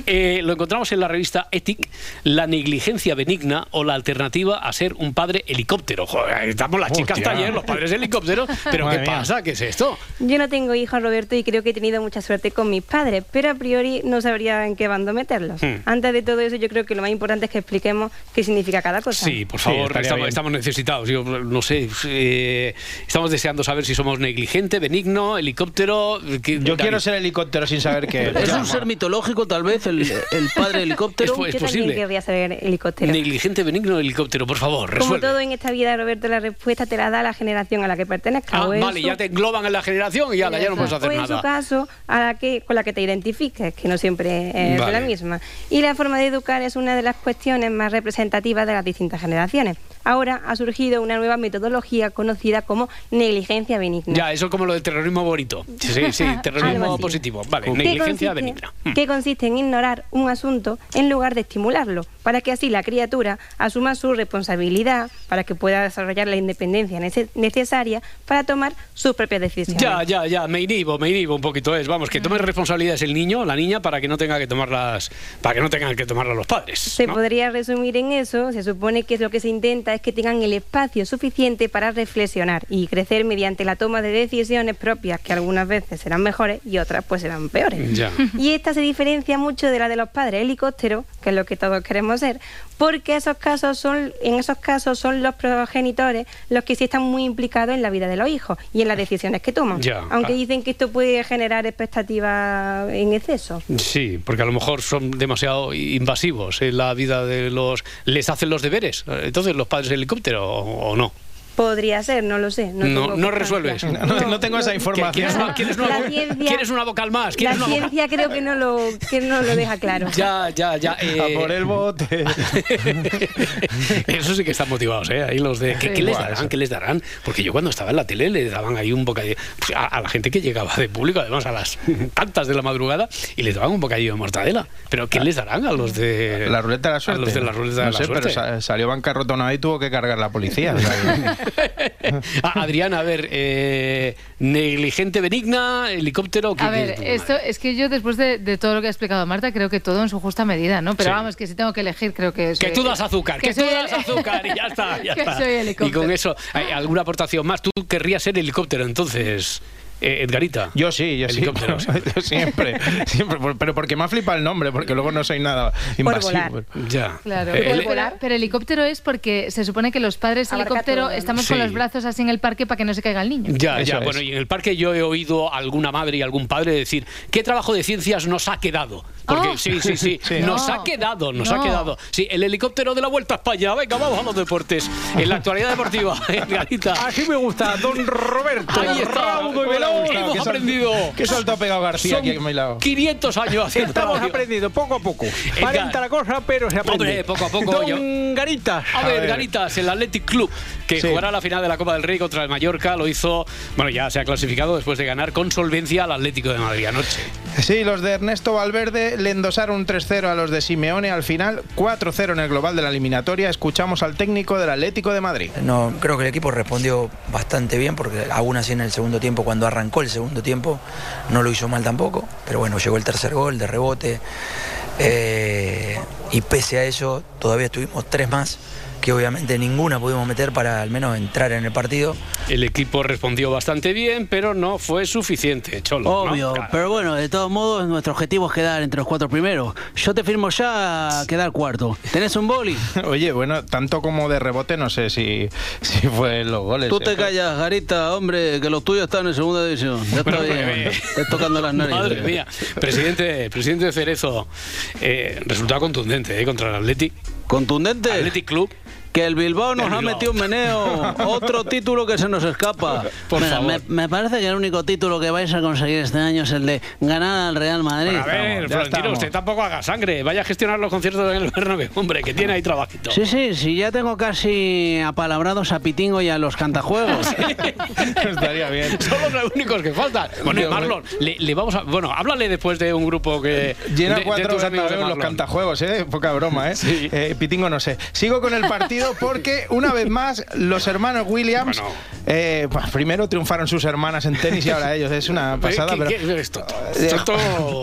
Speaker 2: Eh, lo encontramos en la revista Ethic, la negligencia benigna o la alternativa a ser un padre helicóptero. Joder, estamos las chicas
Speaker 18: Hostia.
Speaker 2: taller, los padres helicópteros, pero
Speaker 18: Madre
Speaker 2: ¿qué
Speaker 18: mía.
Speaker 2: pasa? ¿Qué es esto?
Speaker 18: Yo no tengo hijos, Roberto, y creo que he tenido mucha suerte con mis padres, pero a priori no sabría en qué bando meterlos.
Speaker 2: Hmm.
Speaker 18: Antes de todo eso, yo creo que lo más importante es que expliquemos qué significa cada cosa.
Speaker 2: Sí, por favor,
Speaker 18: estaría
Speaker 2: estamos,
Speaker 18: bien.
Speaker 2: estamos necesitados. Yo no sé, eh, estamos deseando saber si somos negligente, benigno, helicóptero.
Speaker 4: Yo quiero ser helicóptero sin saber qué es.
Speaker 2: Es
Speaker 4: Ya.
Speaker 2: un ser
Speaker 10: mitológico, tal vez, el,
Speaker 2: padre helicóptero. Es,
Speaker 18: yo también
Speaker 2: posible.
Speaker 18: querría saber helicóptero.
Speaker 2: Negligente, benigno, helicóptero, por favor,
Speaker 18: Como
Speaker 2: resuelve.
Speaker 18: todo en esta vida, Roberto, la respuesta te la da la generación a la que pertenezcas.
Speaker 2: Ah,
Speaker 18: o en
Speaker 2: vale,
Speaker 18: su-
Speaker 2: ya te engloban en la generación y ya, ya no puedes hacer
Speaker 18: o en su
Speaker 2: nada.
Speaker 18: caso, a la que, con la que te identifiques, que no siempre es
Speaker 2: Vale.
Speaker 18: la misma. Y la forma de educar es una de las cuestiones más representativas de las distintas generaciones. ahora ha surgido una nueva metodología conocida como negligencia benigna.
Speaker 2: Ya, eso como lo del terrorismo bonito. Sí, sí,
Speaker 18: Algo
Speaker 2: terrorismo
Speaker 18: así.
Speaker 2: positivo. Vale,
Speaker 18: que
Speaker 2: negligencia
Speaker 18: consiste-
Speaker 2: benigna. Mm.
Speaker 18: Que consiste en ignorar un asunto en lugar de estimularlo, para que así la criatura asuma su responsabilidad, para que pueda desarrollar la independencia nece- necesaria para tomar sus propias decisiones.
Speaker 2: Ya, Ah. ya, ya, me inhibo, me inhibo un poquito es, vamos, que tome responsabilidades el niño, la niña, para que no tenga que tomarlas, para que no tengan que tomarlas los padres.
Speaker 18: Se
Speaker 2: ¿no?
Speaker 18: podría resumir en eso. Se supone que lo que se intenta es que tengan el espacio suficiente para reflexionar y crecer mediante la toma de decisiones propias, que algunas veces serán mejores y otras pues serán peores.
Speaker 1: Ya.
Speaker 18: Y esta se diferencia mucho de la de los padres helicópteros, que es lo que todos queremos ser, porque esos casos son, en esos casos son los progenitores los que sí están muy implicados en la vida de los hijos y en las decisiones que toman.
Speaker 2: Ya.
Speaker 18: Aunque
Speaker 2: Ah.
Speaker 18: dicen que esto puede generar expectativas en exceso.
Speaker 2: Sí, porque a lo mejor son demasiado invasivos en la vida de los... ¿Les hacen los deberes? Entonces, ¿los padres helicóptero o, o no?
Speaker 18: Podría ser, no lo sé.
Speaker 2: No, no,
Speaker 18: tengo
Speaker 2: resuelves.
Speaker 4: No, no- no tengo esa información.
Speaker 2: ¿Quieres una, quieres una-
Speaker 18: La ciencia-
Speaker 2: quieres una vocal más?
Speaker 18: La
Speaker 2: ¿Quieres una vocal-
Speaker 18: ciencia creo que no lo, que no lo deja claro.
Speaker 2: Ya, ya, Ah, ya. eh,
Speaker 4: A por el bote.
Speaker 2: Eso sí que están motivados, ¿eh? Ahí los de. ¿Qué,
Speaker 4: Sí.
Speaker 2: qué les
Speaker 4: Buah,
Speaker 2: darán?
Speaker 4: eso.
Speaker 2: ¿Qué les darán? Porque yo cuando estaba en la tele le daban ahí un bocadillo. pues, a, a la gente que llegaba de público, además a las tantas de la madrugada, y les daban un bocadillo de mortadela. ¿Pero qué les darán a los de.
Speaker 4: Ah. La ruleta de la
Speaker 2: eh, A
Speaker 4: suerte.
Speaker 2: los de la ruleta
Speaker 4: no
Speaker 2: de la
Speaker 4: sé,
Speaker 2: suerte.
Speaker 4: pero sa- salió bancarrota una vez y tuvo que cargar la policía. o sea,
Speaker 2: Ah, Adriana, a ver, eh, negligente benigna, helicóptero. ¿qué-
Speaker 10: A ver,
Speaker 2: qué-
Speaker 10: esto es que yo después de, de todo lo que ha explicado Marta, creo que todo en su justa medida, ¿no? Pero
Speaker 2: Sí.
Speaker 10: vamos, que si tengo que elegir, creo que...
Speaker 2: Que
Speaker 10: soy-
Speaker 2: tú das azúcar, que, tú
Speaker 10: soy
Speaker 2: das
Speaker 10: el-
Speaker 2: azúcar y ya está, ya
Speaker 10: que
Speaker 2: está.
Speaker 10: soy
Speaker 2: y
Speaker 10: helicóptero.
Speaker 2: con eso, ¿hay ¿alguna aportación más? Tú querrías ser helicóptero entonces, eh, Edgarita.
Speaker 4: Yo sí, yo sí.
Speaker 2: Helicóptero,
Speaker 4: Yo siempre, siempre, por- pero porque me ha flipado el nombre, porque luego no soy nada invasivo.
Speaker 2: volar. Ya.
Speaker 10: Claro,
Speaker 4: Eh,
Speaker 10: pero,
Speaker 4: el-
Speaker 10: pero- pero helicóptero es porque se supone que los padres
Speaker 18: Abarca
Speaker 10: helicóptero
Speaker 18: todo, ¿no?
Speaker 10: estamos con
Speaker 2: Sí.
Speaker 10: los brazos así en el parque para que no se caiga el niño.
Speaker 2: Ya,
Speaker 4: Eso
Speaker 2: ya.
Speaker 4: es.
Speaker 2: Bueno, y en el parque yo he oído a alguna madre y algún padre decir, ¿qué trabajo de ciencias nos ha quedado? Porque
Speaker 10: Oh.
Speaker 2: sí, sí, sí,
Speaker 4: Sí.
Speaker 2: nos
Speaker 4: No.
Speaker 2: ha quedado, nos
Speaker 4: No.
Speaker 2: ha quedado. Sí, el helicóptero de la Vuelta a España. Venga, vamos a los deportes. En la actualidad deportiva, Edgarita.
Speaker 4: Así me gusta, don Roberto.
Speaker 2: Ahí está.
Speaker 4: Raudo y
Speaker 2: Hola,
Speaker 4: veloz.
Speaker 2: Gustavo, hemos
Speaker 4: ¿Qué sol-
Speaker 2: aprendido.
Speaker 4: ¿Qué solto ha pegado García
Speaker 2: Son
Speaker 4: aquí a mi lado?
Speaker 2: 500 años haciendo
Speaker 4: Estamos
Speaker 2: radio.
Speaker 4: aprendiendo poco a poco.
Speaker 2: Edgar-
Speaker 4: Parenta la cosa, pero se aprende.
Speaker 2: Hombre, poco a poco,
Speaker 4: Don
Speaker 2: yo-
Speaker 4: Garitas.
Speaker 2: A ver, Garitas, el Athletic Club, que
Speaker 4: Sí.
Speaker 2: jugará la final de la Copa del Rey contra el Mallorca, lo hizo, bueno, ya se ha clasificado después de ganar con solvencia al Atlético de Madrid anoche.
Speaker 4: Sí, los de Ernesto Valverde le endosaron un 3-0 a los de Simeone al final, 4-0 en el global de la eliminatoria. Escuchamos al técnico del Atlético de Madrid.
Speaker 3: No, creo que el equipo respondió bastante bien porque aún así en el segundo tiempo, cuando arrancó el segundo tiempo, no lo hizo mal tampoco. Pero bueno, llegó el tercer gol de rebote. eh, y pese a eso, todavía tuvimos tres más que obviamente ninguna pudimos meter para al menos entrar en el partido.
Speaker 2: El equipo respondió bastante bien, pero no fue suficiente, Cholo. ¿no?
Speaker 5: Obvio,
Speaker 2: Claro.
Speaker 5: pero bueno, de todos modos, nuestro objetivo es quedar entre los cuatro primeros. Yo te firmo ya a quedar cuarto. ¿Tenés un boli?
Speaker 4: Oye, bueno, tanto como de rebote, no sé si, si fue los goles.
Speaker 5: Tú
Speaker 4: eh,
Speaker 5: te
Speaker 4: pero-
Speaker 5: callas, Garita, hombre, que los tuyos están en segunda división. Ya está
Speaker 2: Bueno,
Speaker 5: bien,
Speaker 2: eh,
Speaker 5: estás tocando las narices. eh.
Speaker 2: Madre mía, presidente, presidente Cerezo, eh, resultado contundente eh, contra el Athletic.
Speaker 5: ¿Contundente?
Speaker 2: Athletic Club.
Speaker 5: Que el Bilbao nos
Speaker 2: El
Speaker 5: ha
Speaker 2: Bilbao.
Speaker 5: metido un meneo. Otro título que se nos escapa.
Speaker 2: Por
Speaker 5: Mira,
Speaker 2: favor.
Speaker 5: Me, me parece que el único título que vais a conseguir este año es el de ganar al Real Madrid.
Speaker 2: a ver,
Speaker 5: Ya
Speaker 2: Florentino,
Speaker 5: estamos.
Speaker 2: usted tampoco haga sangre. Vaya a gestionar los conciertos en el Bernabéu, hombre, que tiene ahí trabajito.
Speaker 5: Sí, sí, sí, ya tengo casi apalabrados a Pitingo y a los cantajuegos.
Speaker 4: Estaría bien.
Speaker 2: Son los únicos que faltan. Bueno, y Marlon, le, le vamos a. Bueno, háblale después de un grupo que.
Speaker 4: Eh, Llena
Speaker 2: de- de
Speaker 4: cuatro
Speaker 2: tus amigos de
Speaker 4: Bernabéu los
Speaker 2: Marlon.
Speaker 4: cantajuegos, ¿eh? Poca broma, ¿eh? Eh, Pitingo no sé. Sigo con el partido porque, una vez más, los hermanos Williams... eh, pues, primero triunfaron sus hermanas en tenis y ahora ellos. Es una pasada,
Speaker 2: ¿Qué-
Speaker 4: pero...
Speaker 2: qué eres tonto?
Speaker 4: Eh,
Speaker 2: Tonto.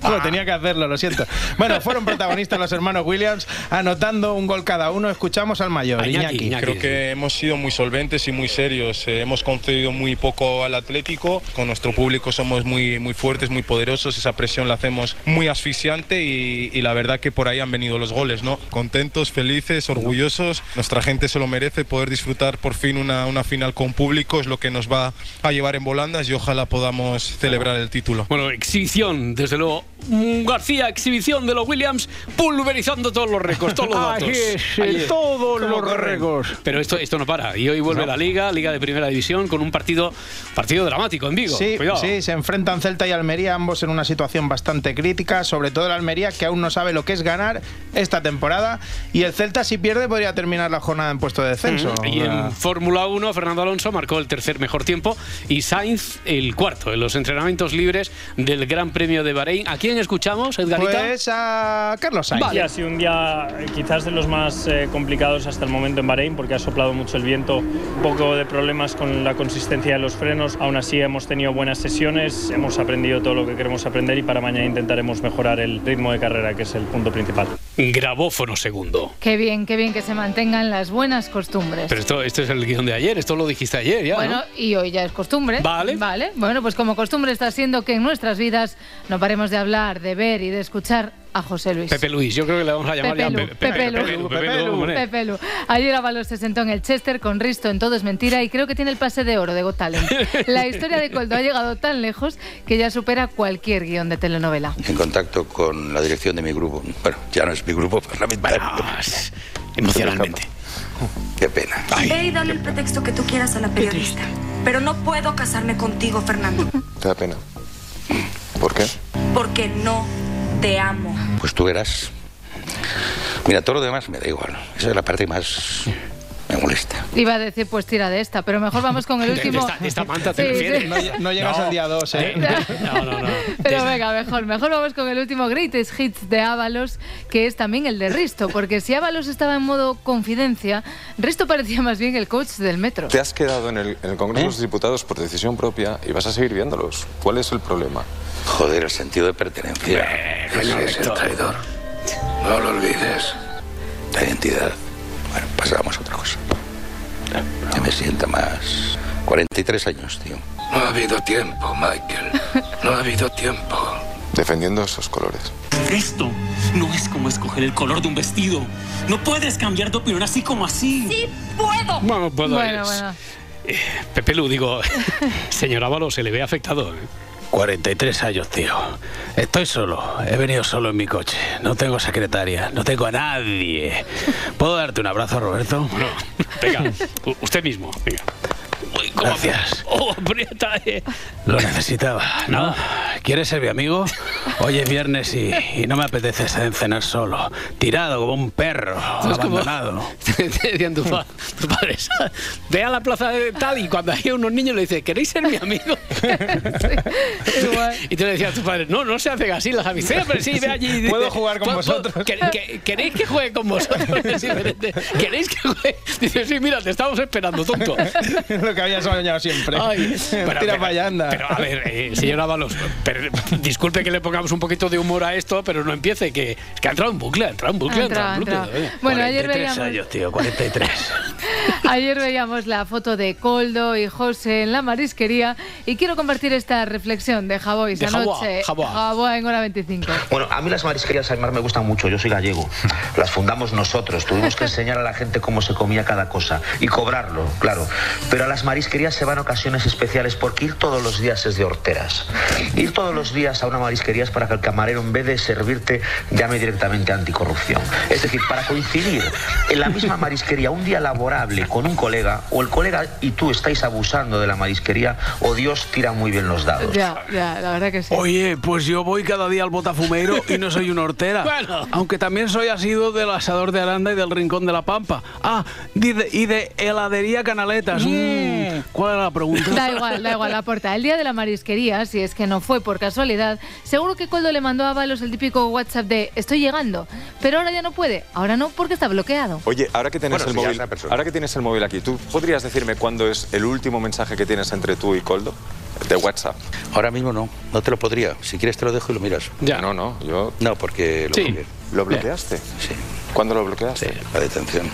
Speaker 4: Bueno, tenía que hacerlo, lo siento. Bueno, fueron protagonistas los hermanos Williams, anotando un gol cada uno. Escuchamos al mayor, Iñaki.
Speaker 34: Creo que hemos sido muy solventes y muy serios. Eh, hemos concedido muy poco al Atlético. Con nuestro público somos muy, muy fuertes, muy poderosos. Esa presión la hacemos muy asfixiante y, y la verdad que por ahí han venido los goles, ¿no? Contentos, felices, orgullosos. Nuestra gente se lo merece. Poder disfrutar por fin una, una final con público es lo que nos va a llevar en volandas y ojalá podamos celebrar el título.
Speaker 2: Bueno, exhibición, desde luego mm, García, exhibición de los Williams, pulverizando todos los récords, todos los datos.
Speaker 4: Ahí es,
Speaker 2: Ahí
Speaker 4: en
Speaker 2: es.
Speaker 4: todos los récords.
Speaker 2: Pero esto, esto no para. Y hoy vuelve
Speaker 4: No.
Speaker 2: la Liga, Liga de Primera División, con un partido, partido dramático en Vigo.
Speaker 4: Sí,
Speaker 2: Cuidado.
Speaker 4: sí, se enfrentan Celta y Almería, ambos en una situación bastante crítica, sobre todo el Almería que aún no sabe lo que es ganar esta temporada. Y el Celta, si pierde, podría terminar la jornada en puesto de descenso. Ah.
Speaker 2: Mm, Y en Fórmula 1, Fernando Alonso marcó el tercer mejor tiempo y Sainz el cuarto en los entrenamientos libres del Gran Premio de Bahrein. ¿A quién escuchamos, Edgarita?
Speaker 4: Pues a Carlos Sainz.
Speaker 1: Sí, ha sido un día eh, quizás de los más eh, complicados hasta el momento en Bahrein porque ha soplado mucho el viento, un poco de problemas con la consistencia de los frenos. Aún así hemos tenido buenas sesiones, hemos aprendido todo lo que queremos aprender y para mañana intentaremos mejorar el ritmo de carrera que es el punto principal.
Speaker 2: Grabófono segundo.
Speaker 10: Qué bien, qué bien que se mantengan las buenas costumbres.
Speaker 2: Pero esto, esto es el guión de ayer, esto lo dijiste ayer ya.
Speaker 10: Bueno,
Speaker 2: ¿no?
Speaker 10: y hoy ya es costumbre.
Speaker 2: Vale.
Speaker 10: Vale. Bueno, pues como costumbre está siendo que en nuestras vidas no paremos de hablar, de ver y de escuchar a José Luis.
Speaker 2: Pepe Luis, yo creo que le vamos a llamar ya
Speaker 10: Pepelu,
Speaker 2: Pepe- Pepe-
Speaker 10: Pepelu,
Speaker 2: Pepe- Pepe Lu,
Speaker 10: Pepelu,
Speaker 2: hombre.
Speaker 10: Pepelu. Ayer Ábalos se sentó en el Chester con Risto en Todo es Mentira y creo que tiene el pase de oro de Got Talent. La historia de Coldo ha llegado tan lejos que ya supera cualquier guión de telenovela.
Speaker 15: En contacto con la dirección de mi grupo. Bueno, ya no es mi grupo parlamentario. emocionalmente. Qué pena.
Speaker 7: He dado el pretexto que tú quieras a la periodista, pero no puedo casarme contigo, Fernando,
Speaker 15: Te da pena. ¿Por qué?
Speaker 7: porque no te amo.
Speaker 15: Pues tú verás. Mira, todo lo demás me da igual. Esa es la parte que más me molesta.
Speaker 10: Iba a decir, pues tira de esta, pero mejor vamos con el
Speaker 15: De- de
Speaker 10: último.
Speaker 15: esta- de esta
Speaker 4: manta
Speaker 10: Sí,
Speaker 4: te refieres.
Speaker 10: sí.
Speaker 4: No, lle- no llegas al día 2, ¿eh?
Speaker 2: No, no, no.
Speaker 10: Pero venga, mejor, mejor vamos con el último Greatest Hits de Ábalos, que es también el de Risto, porque si Ábalos estaba en modo confidencia, Risto parecía más bien el coach del metro.
Speaker 33: Te has quedado en el, en el
Speaker 15: ¿Eh?
Speaker 33: Congreso de los Diputados por decisión propia y vas a seguir viéndolos. ¿Cuál es el problema?
Speaker 15: Joder, el sentido de pertenencia. Eres el traidor. No lo olvides. La identidad. Bueno, pasamos a otra cosa. Que me sienta más. 43 años, tío.
Speaker 9: No ha habido tiempo, Michael. No ha habido tiempo.
Speaker 33: Defendiendo esos colores.
Speaker 13: Esto no es como escoger el color de un vestido. No puedes cambiar de opinión así como así.
Speaker 7: ¡Sí puedo!
Speaker 2: Bueno, puedo
Speaker 7: Bueno,
Speaker 2: es-
Speaker 7: bueno.
Speaker 2: Pepe Lu, digo, señor Ábalos, se le ve afectado. ¿eh?
Speaker 13: 43 años, tío. Estoy solo. He venido solo en mi coche. No tengo secretaria. No tengo a nadie. ¿Puedo darte un abrazo, Roberto? No.
Speaker 2: Venga, u- usted mismo. Venga. Uy, ¿cómo
Speaker 13: Gracias.
Speaker 2: Oh, aprieta, eh.
Speaker 13: Lo necesitaba, ¿no? ¿Quieres ser mi amigo? Hoy es viernes y, y no me apetece ser- cenar solo. Tirado como un perro.
Speaker 2: Esto es como-
Speaker 13: abandonado.
Speaker 2: Te Decían tus pa- tus padres, ve a la plaza de tal y cuando hay unos niños le dice, ¿queréis ser mi amigo? y te le decía a tus padres, no, no se hacen así las amistades, pero sí, ve allí. y dice,
Speaker 4: Puedo jugar con
Speaker 2: "Pu- pu-
Speaker 4: vosotros".
Speaker 2: que- que- ¿Queréis que juegue con vosotros? Es diferente. ¿Queréis que juegue? Dice, sí, mira, te estamos esperando, tonto.
Speaker 4: Lo que había soñado siempre.
Speaker 2: Ay, pero-
Speaker 4: Tira
Speaker 2: pero-
Speaker 4: para allá, anda.
Speaker 2: Pero a ver, eh, señor Ábalos, per- disculpe que le pongamos un poquito de humor a esto, pero no empiece, que, que ha entrado en bucle, ha entrado en bucle, ha entrado en bucle.
Speaker 10: entrado.
Speaker 2: todavía.
Speaker 10: Bueno, ayer
Speaker 13: 43
Speaker 10: veíamos-
Speaker 13: años, tío. 43.
Speaker 10: Ayer veíamos la foto de Coldo y José en la marisquería y quiero compartir esta reflexión de Javois
Speaker 35: De Jaboa,
Speaker 10: anoche.
Speaker 35: Jaboa.
Speaker 10: Jaboa en hora 25.
Speaker 35: Bueno, a mí las marisquerías al mar me gustan mucho, yo soy gallego. Las fundamos nosotros, tuvimos que enseñar a la gente cómo se comía cada cosa y cobrarlo, claro. Pero a las marisquerías se van ocasiones especiales porque ir todos los días es de horteras. Ir todos los días a una marisquería es para que el camarero en vez de servirte llame directamente a anticorrupción. Es decir, para coincidir en la misma marisquería un día laborable con un colega o el colega y tú estáis abusando de la marisquería o Dios tira muy bien los dados.
Speaker 10: Ya, ya, la verdad que sí.
Speaker 13: Oye, pues yo voy cada día al botafumeiro y no soy una hortera.
Speaker 10: Bueno.
Speaker 13: Aunque también soy asiduo del asador de Aranda y del Rincón de la Pampa. Ah, y de, y de heladería Canaletas. Mm, ¿Cuál era la pregunta?
Speaker 10: Da igual, da igual, la porta. El día de la marisquería, si es que no fue por casualidad, seguro que Coldo le mandó a Balos el típico WhatsApp de estoy llegando, pero ahora ya no puede, ahora no porque está bloqueado.
Speaker 33: Oye, ahora que tienes
Speaker 35: Bueno,
Speaker 33: el
Speaker 35: si ya es
Speaker 33: móvil,
Speaker 35: la persona.
Speaker 33: ahora que tienes el móvil aquí, ¿tú podrías decirme cuándo es el último mensaje que tienes entre tú y Coldo? De WhatsApp.
Speaker 15: Ahora mismo no, no te lo podría. Si quieres te lo dejo y lo miras.
Speaker 33: Ya. No, no, yo.
Speaker 15: No, porque lo
Speaker 33: Sí.
Speaker 15: bloqueé.
Speaker 33: ¿Lo bloqueaste?
Speaker 15: Sí.
Speaker 33: ¿Cuándo lo bloqueaste? Sí,
Speaker 15: la detención.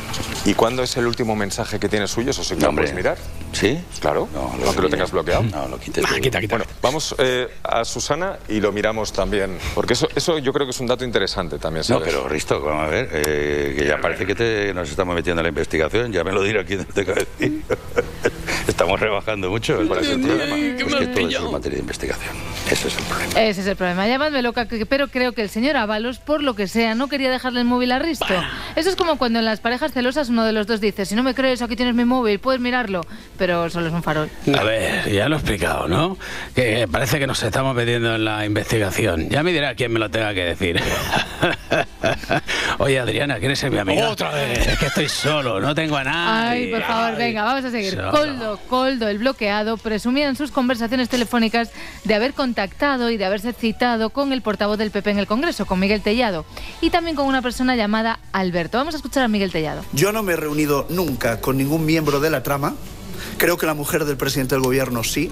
Speaker 33: ¿Y cuándo es el último mensaje que tienes suyo? ¿O si lo
Speaker 15: hombre.
Speaker 33: puedes mirar?
Speaker 15: ¿Sí?
Speaker 33: Claro, aunque lo tengas bloqueado. No,
Speaker 15: lo quites.
Speaker 33: Bueno, vamos eh, a Susana y lo miramos también, porque eso, eso yo creo que es un dato interesante también,
Speaker 15: No,
Speaker 33: ¿sabes? eh.
Speaker 15: pero Risto, vamos a ver, eh, que ya parece que te- nos estamos metiendo en la investigación, ya me lo dirá quién te acaba de decir. Estamos rebajando mucho. ¿Cuál es el
Speaker 18: Entendí,
Speaker 15: problema?
Speaker 18: qué
Speaker 15: Pues
Speaker 18: mal
Speaker 15: que todo eso
Speaker 18: pillado.
Speaker 15: es materia de investigación. Ese es el problema.
Speaker 10: Ese es el problema. Llamadme loca, que- pero creo que el señor Ábalos, por lo que sea, no quería dejarle el móvil a Risto. Eso es como cuando en las parejas celosas uno de los dos dice, si no me crees, aquí tienes mi móvil, puedes mirarlo. Pero solo es un farol.
Speaker 13: A ver, ya lo he explicado, ¿no? Que parece que nos estamos metiendo en la investigación. Ya me dirá quién me lo tenga que decir. Oye, Adriana, ¿quieres ser mi amiga?
Speaker 2: Otra vez.
Speaker 13: Es que estoy solo, no tengo a nadie.
Speaker 10: Ay, por favor, venga, vamos a seguir.
Speaker 13: Solo.
Speaker 10: Coldo, Coldo, el bloqueado, presumía en sus conversaciones telefónicas de haber contactado y de haberse citado con el portavoz del PP en el Congreso, con Miguel Tellado, y también con una persona llamada Alberto. Vamos a escuchar a Miguel Tellado.
Speaker 6: Yo no me he reunido nunca con ningún miembro de la trama. Creo que la mujer del presidente del gobierno sí.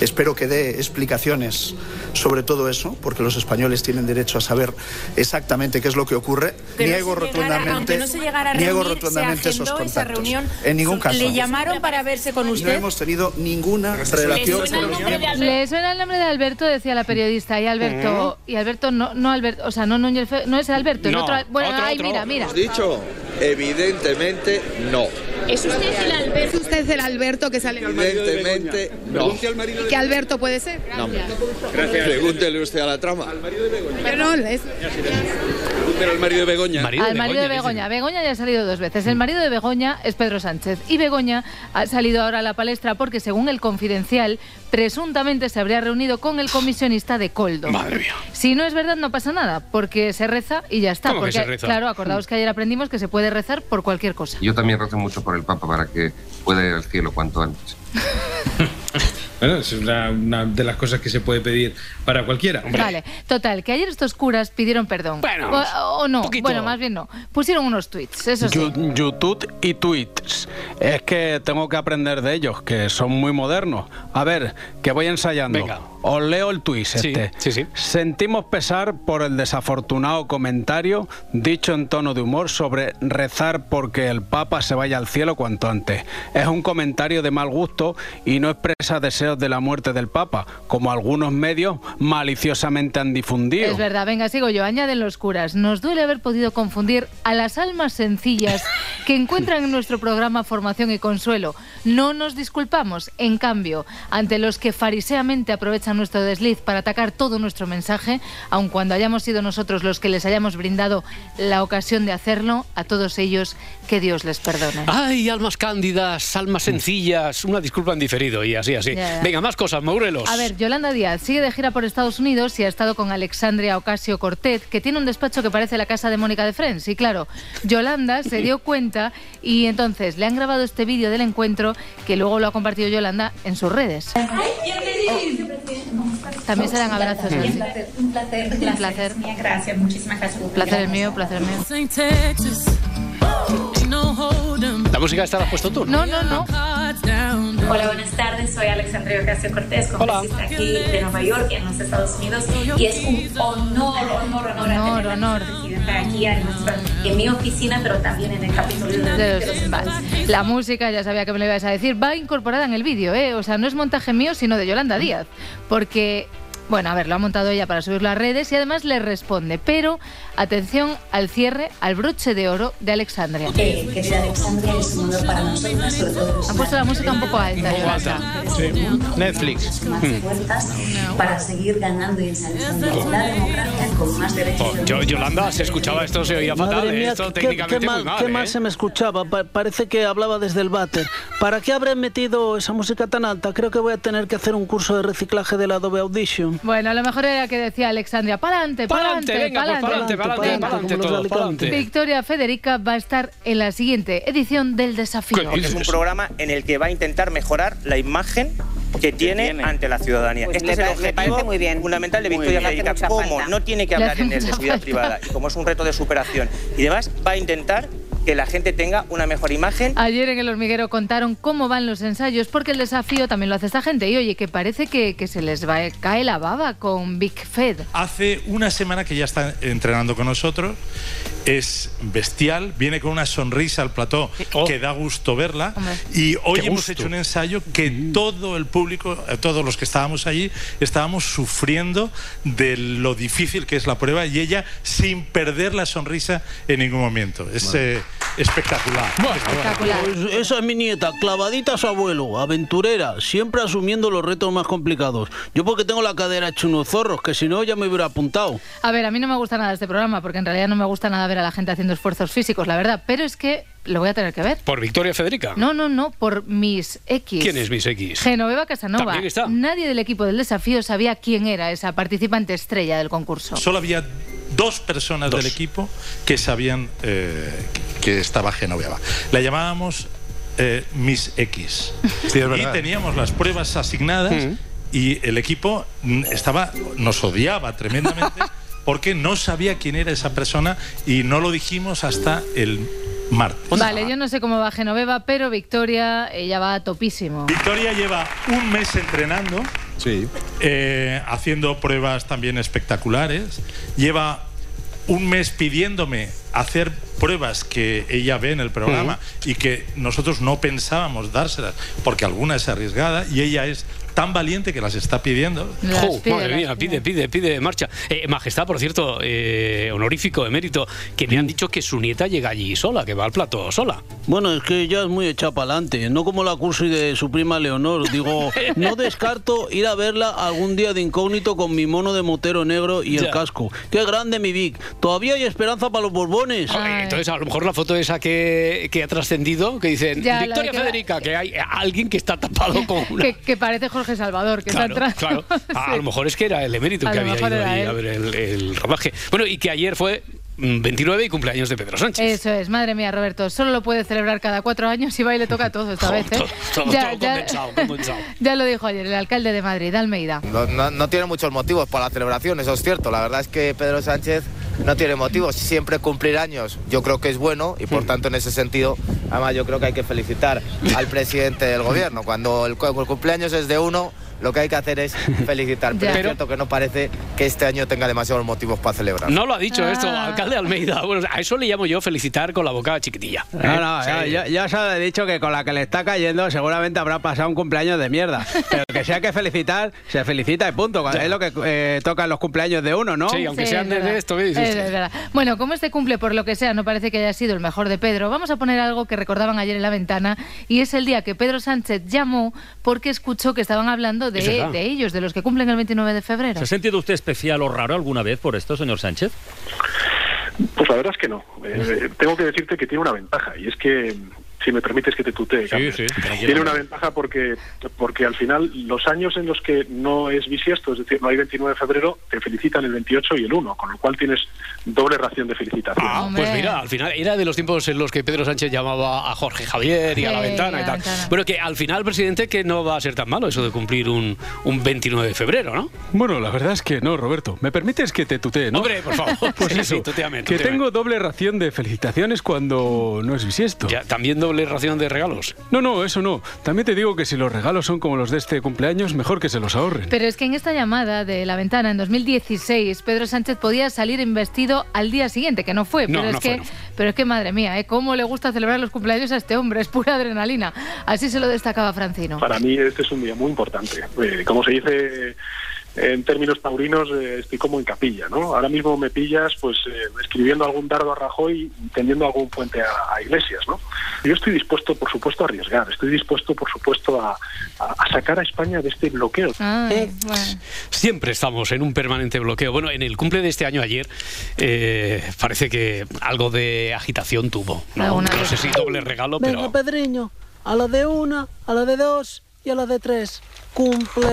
Speaker 6: Espero que dé explicaciones sobre todo eso, porque los españoles tienen derecho a saber exactamente qué es lo que ocurre.
Speaker 8: Que no se
Speaker 6: niego
Speaker 8: llegara-
Speaker 6: rotundamente,
Speaker 8: aunque no se llegara a
Speaker 6: niego
Speaker 8: reunir, se
Speaker 6: rotundamente esos
Speaker 8: agendó esa
Speaker 6: contactos.
Speaker 8: reunión.
Speaker 6: en ningún caso.
Speaker 8: ¿Le llamaron para verse con
Speaker 6: no
Speaker 8: usted?
Speaker 6: hemos tenido ninguna relación.
Speaker 8: suena el nombre de Alberto?
Speaker 10: Le suena el nombre de Alberto, decía la periodista, y Alberto, y Alberto no, no Alberto, o sea, no, no, no es Alberto, el
Speaker 11: No,
Speaker 10: otro- bueno,
Speaker 11: otro,
Speaker 10: ay,
Speaker 11: otro.
Speaker 10: mira, mira.
Speaker 11: Hemos dicho, evidentemente no.
Speaker 24: ¿Es usted el Alberto? que sale
Speaker 11: Evidentemente no.
Speaker 24: ¿Que Alberto puede ser?
Speaker 11: No. Pregúntele usted a la trama.
Speaker 24: Pero no, es-
Speaker 11: Pregúntele al marido de Begoña.
Speaker 10: al marido de Begoña. Begoña ya ha salido dos veces. El marido de Begoña es Pedro Sánchez. Y Begoña ha salido ahora a la palestra porque, según el confidencial, presuntamente se habría reunido con el comisionista de Coldo.
Speaker 2: Madre mía.
Speaker 10: Si no es verdad, no pasa nada, porque se reza y ya está.
Speaker 24: ¿Cómo que
Speaker 10: porque,
Speaker 24: se reza?
Speaker 10: Claro, acordaos que ayer aprendimos que se puede rezar por cualquier cosa.
Speaker 24: Yo también rezo mucho por el Papa para que pueda ir al cielo cuanto antes.
Speaker 20: Bueno, es una, una de las cosas que se puede pedir para cualquiera.
Speaker 10: Vale, total, que ayer estos curas pidieron perdón.
Speaker 20: Bueno,
Speaker 10: o, o no,
Speaker 24: poquito.
Speaker 10: bueno, más bien no. Pusieron unos tweets, eso sí.
Speaker 13: Yu- YouTube y tweets. Es que tengo que aprender de ellos, que son muy modernos. A ver, que voy ensayando. Os leo el tweet este. Sentimos pesar por el desafortunado comentario dicho en tono de humor sobre rezar porque el Papa se vaya al cielo cuanto antes. Es un comentario de mal gusto y no expresa deseos de la muerte del Papa, como algunos medios maliciosamente han difundido.
Speaker 10: Es verdad, venga, sigo yo. Añaden los curas. Nos duele haber podido confundir a las almas sencillas que encuentran en nuestro programa Formación y Consuelo. No nos disculpamos, en cambio, ante los que fariseamente aprovechan nuestro desliz para atacar todo nuestro mensaje, aun cuando hayamos sido nosotros los que les hayamos brindado la ocasión de hacerlo, a todos ellos, que Dios les perdone.
Speaker 2: Ay, almas cándidas, almas sencillas, una disculpa en diferido y así, así.
Speaker 10: Ya, ya.
Speaker 2: Venga, más cosas, Maurelos.
Speaker 10: A ver, Yolanda Díaz sigue de gira por Estados Unidos y ha estado con Alexandria Ocasio Cortez, que tiene un despacho que parece la casa de Mónica de Friends. Y claro, Yolanda se dio cuenta y entonces le han grabado este vídeo del encuentro que luego lo ha compartido Yolanda en sus redes.
Speaker 14: Oh,
Speaker 10: También se dan abrazos.
Speaker 14: Un
Speaker 10: así.
Speaker 14: placer, un placer,
Speaker 10: Un placer.
Speaker 14: Mía, gracias, muchísimas gracias.
Speaker 10: Placer el mío, placer el mío.
Speaker 2: La música esta la has puesto tú.
Speaker 10: No, no, no.
Speaker 14: Hola, buenas tardes. Soy Alexandria Ocasio Cortés, congresista aquí de Nueva York, en los Estados Unidos. Y es un honor, honor, honor, honor, honor. aquí en, nuestra- en mi oficina, pero también en el Capitolio de, de los Estados Unidos.
Speaker 10: La música, ya sabía que me lo ibas a decir, va incorporada en el vídeo, ¿eh? O sea, no es montaje mío, sino de Yolanda Díaz. Porque, bueno, a ver, lo ha montado ella para subirlo a redes y además le responde. Pero, atención al cierre, al broche de oro de Alexandria.
Speaker 14: Eh, querida Alexandria, es un honor para nosotras, sobre todo.
Speaker 10: Han puesto la música un poco alta. Yolanda.
Speaker 4: Netflix.
Speaker 14: más
Speaker 2: Mm.
Speaker 14: puertas para seguir ganando y ensanchando la democracia con más derechos.
Speaker 2: Oh, yo, Yolanda, se escuchaba esto, se oía fatal. ¿eh?
Speaker 24: Madre mía,
Speaker 2: esto
Speaker 24: qué-
Speaker 2: técnicamente
Speaker 24: qué
Speaker 2: muy
Speaker 24: mal-
Speaker 2: mal.
Speaker 24: qué
Speaker 2: ¿eh?
Speaker 24: mal se me escuchaba. Pa- parece que hablaba desde el váter. ¿Para qué habré metido esa música tan alta? Creo que voy a tener que hacer un curso de reciclaje del Adobe Audition.
Speaker 10: Bueno, a lo mejor era que decía Alexandria, pa'lante,
Speaker 2: Pa'lante,
Speaker 10: pa'lante,
Speaker 2: venga, pues, pa'lante, pa'lante,
Speaker 10: Venga.
Speaker 2: pa'lante, todo, pa'lante.
Speaker 10: Victoria Federica va a estar en la siguiente edición del desafío.
Speaker 20: Es un programa en el que va a intentar mejorar la imagen que tiene, ante la ciudadanía.
Speaker 22: Pues
Speaker 20: este
Speaker 22: me
Speaker 20: es el
Speaker 22: pa- me
Speaker 20: objetivo
Speaker 22: parece muy bien.
Speaker 20: fundamental de
Speaker 22: Muy
Speaker 20: Victoria
Speaker 22: bien. Le hace mucha
Speaker 20: Federica. Como
Speaker 22: falta.
Speaker 20: no tiene que
Speaker 22: Le
Speaker 20: hablar
Speaker 22: hace
Speaker 20: en el de
Speaker 22: mucha
Speaker 20: seguridad
Speaker 22: falta.
Speaker 20: privada y como es un reto de superación y demás, va a intentar que la gente tenga una mejor imagen.
Speaker 10: Ayer en el hormiguero contaron cómo van los ensayos, porque el desafío también lo hace esta gente. Y oye, que parece que, que se les va, eh, cae la baba con Big Fed.
Speaker 25: Hace una semana que ya está entrenando con nosotros. Es bestial, viene con una sonrisa al plató que da gusto verla. Y hoy Oh. Qué hemos gusto. Mm. hecho un ensayo que todo el público, eh, todos los que estábamos allí, estábamos sufriendo de lo difícil que es la prueba y ella sin perder la sonrisa en ningún momento. Es, eh, espectacular.
Speaker 24: Pues esa es mi nieta, clavadita a su abuelo, aventurera, siempre asumiendo los retos más complicados. Yo porque tengo la cadera hecho unos zorros, que si no ya me hubiera apuntado.
Speaker 10: A ver, a mí no me gusta nada este programa, porque en realidad no me gusta nada ver a la gente haciendo esfuerzos físicos, la verdad, pero es que lo voy a tener que ver.
Speaker 2: Por Victoria Federica.
Speaker 10: No, no, no, por Miss X.
Speaker 2: ¿Quién es Miss X?
Speaker 10: Genoveva Casanova.
Speaker 2: También está.
Speaker 10: Nadie del equipo del desafío sabía quién era esa participante estrella del concurso.
Speaker 25: Solo había dos personas del equipo que sabían eh, que estaba Genoveva. La llamábamos eh, Miss X.
Speaker 11: es
Speaker 25: y
Speaker 11: verdad.
Speaker 25: teníamos las pruebas asignadas y el equipo mm, estaba, nos odiaba tremendamente porque no sabía quién era esa persona y no lo dijimos hasta el martes.
Speaker 10: Vale, yo no sé cómo va Genoveva, pero Victoria, ella va a topísimo.
Speaker 25: Victoria lleva un mes entrenando, eh, haciendo pruebas también espectaculares. Lleva un mes pidiéndome hacer pruebas que ella ve en el programa y que nosotros no pensábamos dárselas, porque alguna es arriesgada y ella es tan valiente que las está pidiendo.
Speaker 2: Jo, madre mía, pide, pide, pide, marcha. Eh, majestad, por cierto, eh, honorífico, emérito, que me han dicho que su nieta llega allí sola, que va al plato sola.
Speaker 24: Bueno, es que ya es muy hecha para adelante, no como la cursi de su prima Leonor. Digo, no descarto ir a verla algún día de incógnito con mi mono de motero negro y el
Speaker 2: Ya.
Speaker 24: casco. ¡Qué grande mi Vic! Todavía hay esperanza para los borbones.
Speaker 2: Entonces, a lo mejor la foto esa que, que ha trascendido, que dicen,
Speaker 10: Ya, la de
Speaker 2: Victoria
Speaker 10: que va-
Speaker 2: Federica, que hay alguien que está tapado con una...
Speaker 10: Que, que parece Jorge Salvador, que
Speaker 2: Claro,
Speaker 10: está atrás.
Speaker 2: claro. A, a lo mejor es que era el emérito
Speaker 10: A
Speaker 2: que
Speaker 10: lo
Speaker 2: había ido
Speaker 10: mejor era
Speaker 2: allí
Speaker 10: él.
Speaker 2: a ver el, el rodaje. Bueno, y que ayer fue mm, 29 y cumpleaños de Pedro Sánchez.
Speaker 10: Eso es, madre mía, Roberto. Solo lo puede celebrar cada cuatro años y va y le toca a todo
Speaker 2: Oh,
Speaker 10: esta vez. ¿eh?
Speaker 22: todo,
Speaker 10: ya,
Speaker 22: todo
Speaker 10: ya-
Speaker 22: condensado, condensado.
Speaker 10: ya lo dijo ayer el alcalde de Madrid, Almeida.
Speaker 22: No, no- no tiene muchos motivos para la celebración, eso es cierto. La verdad es que Pedro Sánchez no tiene motivos. Siempre cumplir años yo creo que es bueno y por tanto en ese sentido, además yo creo que hay que felicitar al presidente del gobierno. Cuando el, cu- el cumpleaños es de uno, lo que hay que hacer es felicitar. Pero
Speaker 2: Ya.
Speaker 22: es cierto que no parece que este año tenga demasiados motivos para
Speaker 10: Eh.
Speaker 22: celebrar.
Speaker 2: No lo ha dicho esto,
Speaker 10: Ah.
Speaker 2: alcalde Almeida. Bueno, a eso le llamo yo felicitar con la boca chiquitilla. ¿eh?
Speaker 1: No, no,
Speaker 2: Sí.
Speaker 1: ya, ya- ya os he dicho que con la que le está cayendo seguramente habrá pasado un cumpleaños de mierda. Pero que sea que felicitar, se felicita y punto. Es lo que eh, toca en los cumpleaños de uno, ¿no?
Speaker 2: Sí, aunque
Speaker 10: Sí,
Speaker 2: sean
Speaker 10: es
Speaker 2: de
Speaker 10: verdad.
Speaker 2: de esto que
Speaker 10: Es
Speaker 2: dices.
Speaker 10: verdad. Bueno, como este cumple por lo que sea no parece que haya sido el mejor de Pedro, vamos a poner algo que recordaban ayer en la ventana y es el día que Pedro Sánchez llamó porque escuchó que estaban hablando
Speaker 20: Es
Speaker 10: de,
Speaker 20: verdad.
Speaker 10: de ellos, de los que cumplen el 29 de febrero.
Speaker 20: ¿Se ha sentido usted especial o raro alguna vez por esto, señor Sánchez?
Speaker 31: Pues la verdad es que no. Eh, tengo que decirte que tiene una ventaja y es que, si me permites que te tutee, Carlos, tiene una ventaja porque, porque al final los años en los que no es bisiesto, es decir, no hay 29 de febrero, te felicitan el 28 y el 1, con lo cual tienes doble ración de felicitación.
Speaker 2: Ah, pues mira, al final era de los tiempos en los que Pedro Sánchez llamaba a Jorge Javier y a la
Speaker 20: Sí,
Speaker 2: ventana y
Speaker 20: la
Speaker 2: tal.
Speaker 20: ventana.
Speaker 2: Bueno, que al final, presidente, que no va a ser tan malo eso de cumplir un, un 29 de febrero, ¿no?
Speaker 1: Bueno, la verdad es que no, Roberto. ¿Me permites que te tutee, no?
Speaker 2: Hombre, por favor.
Speaker 1: Pues
Speaker 2: Sí,
Speaker 1: eso,
Speaker 2: sí, tuteame,
Speaker 1: que
Speaker 2: tuteame.
Speaker 1: tengo doble ración de felicitaciones cuando no es bisiesto.
Speaker 2: Ya, también doble ración de regalos.
Speaker 1: No, no, eso no. También te digo que si los regalos son como los de este cumpleaños, mejor que se los ahorren.
Speaker 10: Pero es que en esta llamada de la ventana en 2016, Pedro Sánchez podía salir investido al día siguiente, que no fue.
Speaker 1: No,
Speaker 10: pero, es
Speaker 1: no
Speaker 10: que,
Speaker 1: fue, no fue.
Speaker 10: pero es que, madre mía, ¿eh? ¿cómo le gusta celebrar los cumpleaños a este hombre? Es pura adrenalina. Así se lo destacaba Francino.
Speaker 31: Para mí este es un día muy importante. Eh, como se dice eh, en términos taurinos, eh, estoy como en capilla, ¿no? Ahora mismo me pillas pues eh, escribiendo algún dardo a Rajoy y tendiendo algún puente a, a Iglesias, ¿no? Yo estoy dispuesto, por supuesto, a arriesgar. Estoy dispuesto, por supuesto, a, a- a sacar a España de este bloqueo.
Speaker 2: Siempre estamos en un permanente bloqueo. Bueno, en el cumple de este año ayer eh, parece que algo de agitación tuvo. No,
Speaker 10: Alguna
Speaker 2: no sé si doble regalo,
Speaker 24: Venga,
Speaker 2: pero...
Speaker 24: Pedriño, a la de una, a la de dos y a la de tres.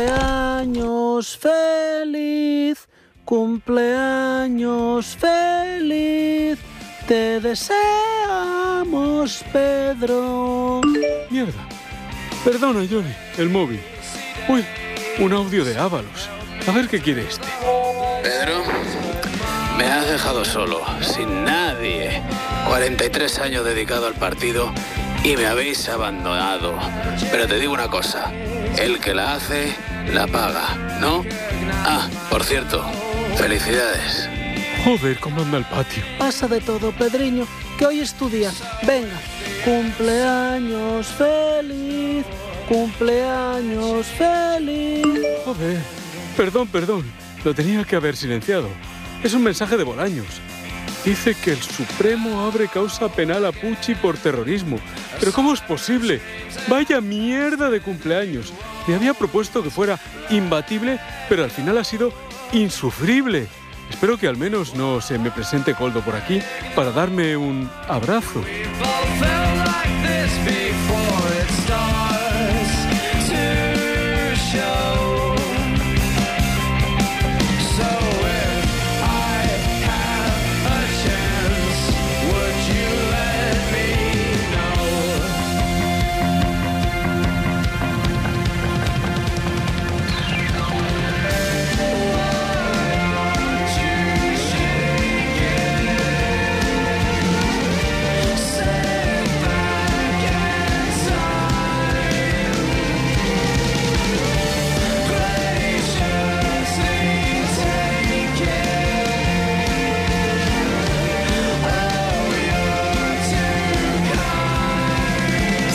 Speaker 24: Cumpleaños feliz, cumpleaños feliz. Te deseamos, Pedro.
Speaker 1: Mierda. Perdona, Johnny, el móvil. Uy, un audio de Ábalos. A ver qué quiere este.
Speaker 13: Pedro, me has dejado solo, sin nadie. 43 años dedicado al partido y me habéis abandonado. Pero te digo una cosa, el que la hace, la paga, ¿no? Ah, por cierto, felicidades.
Speaker 1: Joder, cómo anda el patio.
Speaker 24: Pasa de todo, Pedriño, que hoy es tu día. Venga, cumpleaños feliz, cumpleaños feliz.
Speaker 1: Joder. Perdón, perdón. Lo tenía que haber silenciado. Es un mensaje de Bolaños. Dice que el Supremo abre causa penal a Pucci por terrorismo. Pero ¿cómo es posible? Vaya mierda de cumpleaños. Me había propuesto que fuera imbatible, pero al final ha sido insufrible. Espero que al menos no se me presente Coldo por aquí para darme un abrazo.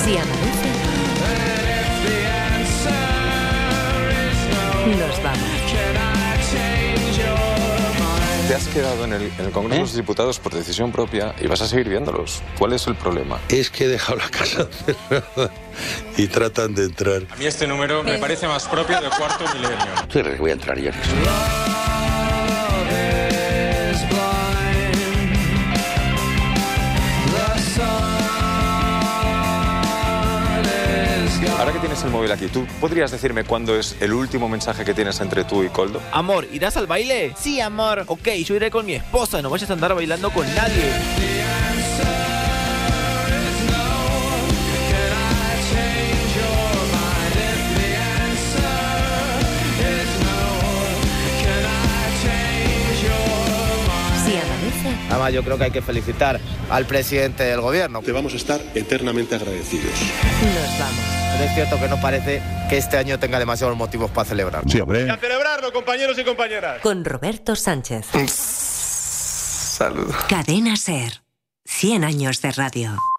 Speaker 3: Si amanece, nos vamos.
Speaker 33: Te has quedado en el, en el Congreso de
Speaker 15: ¿Eh?
Speaker 33: los Diputados por decisión propia y vas a seguir viéndolos. ¿Cuál es el problema?
Speaker 15: Es que he dejado la casa cerrada y tratan de entrar.
Speaker 33: A mí este número me parece más propio del cuarto milenio.
Speaker 36: Sí, voy a entrar yo en eso.
Speaker 33: Ahora que tienes el móvil aquí, ¿tú podrías decirme cuándo es el último mensaje que tienes entre tú y Coldo?
Speaker 22: Amor, ¿irás al baile? Sí, amor. Ok, yo iré con mi esposa, no vayas a andar bailando con nadie.
Speaker 3: Si amanece,
Speaker 22: Además, yo creo que hay que felicitar al presidente del gobierno. Te vamos a estar eternamente agradecidos.
Speaker 3: nos vamos.
Speaker 22: Pero es cierto que no parece que este año tenga demasiados motivos para celebrar. Sí, hombre.
Speaker 14: celebrarlo, compañeros y compañeras.
Speaker 3: Con Roberto Sánchez. Saludos. Cadena Ser. 100 años de radio.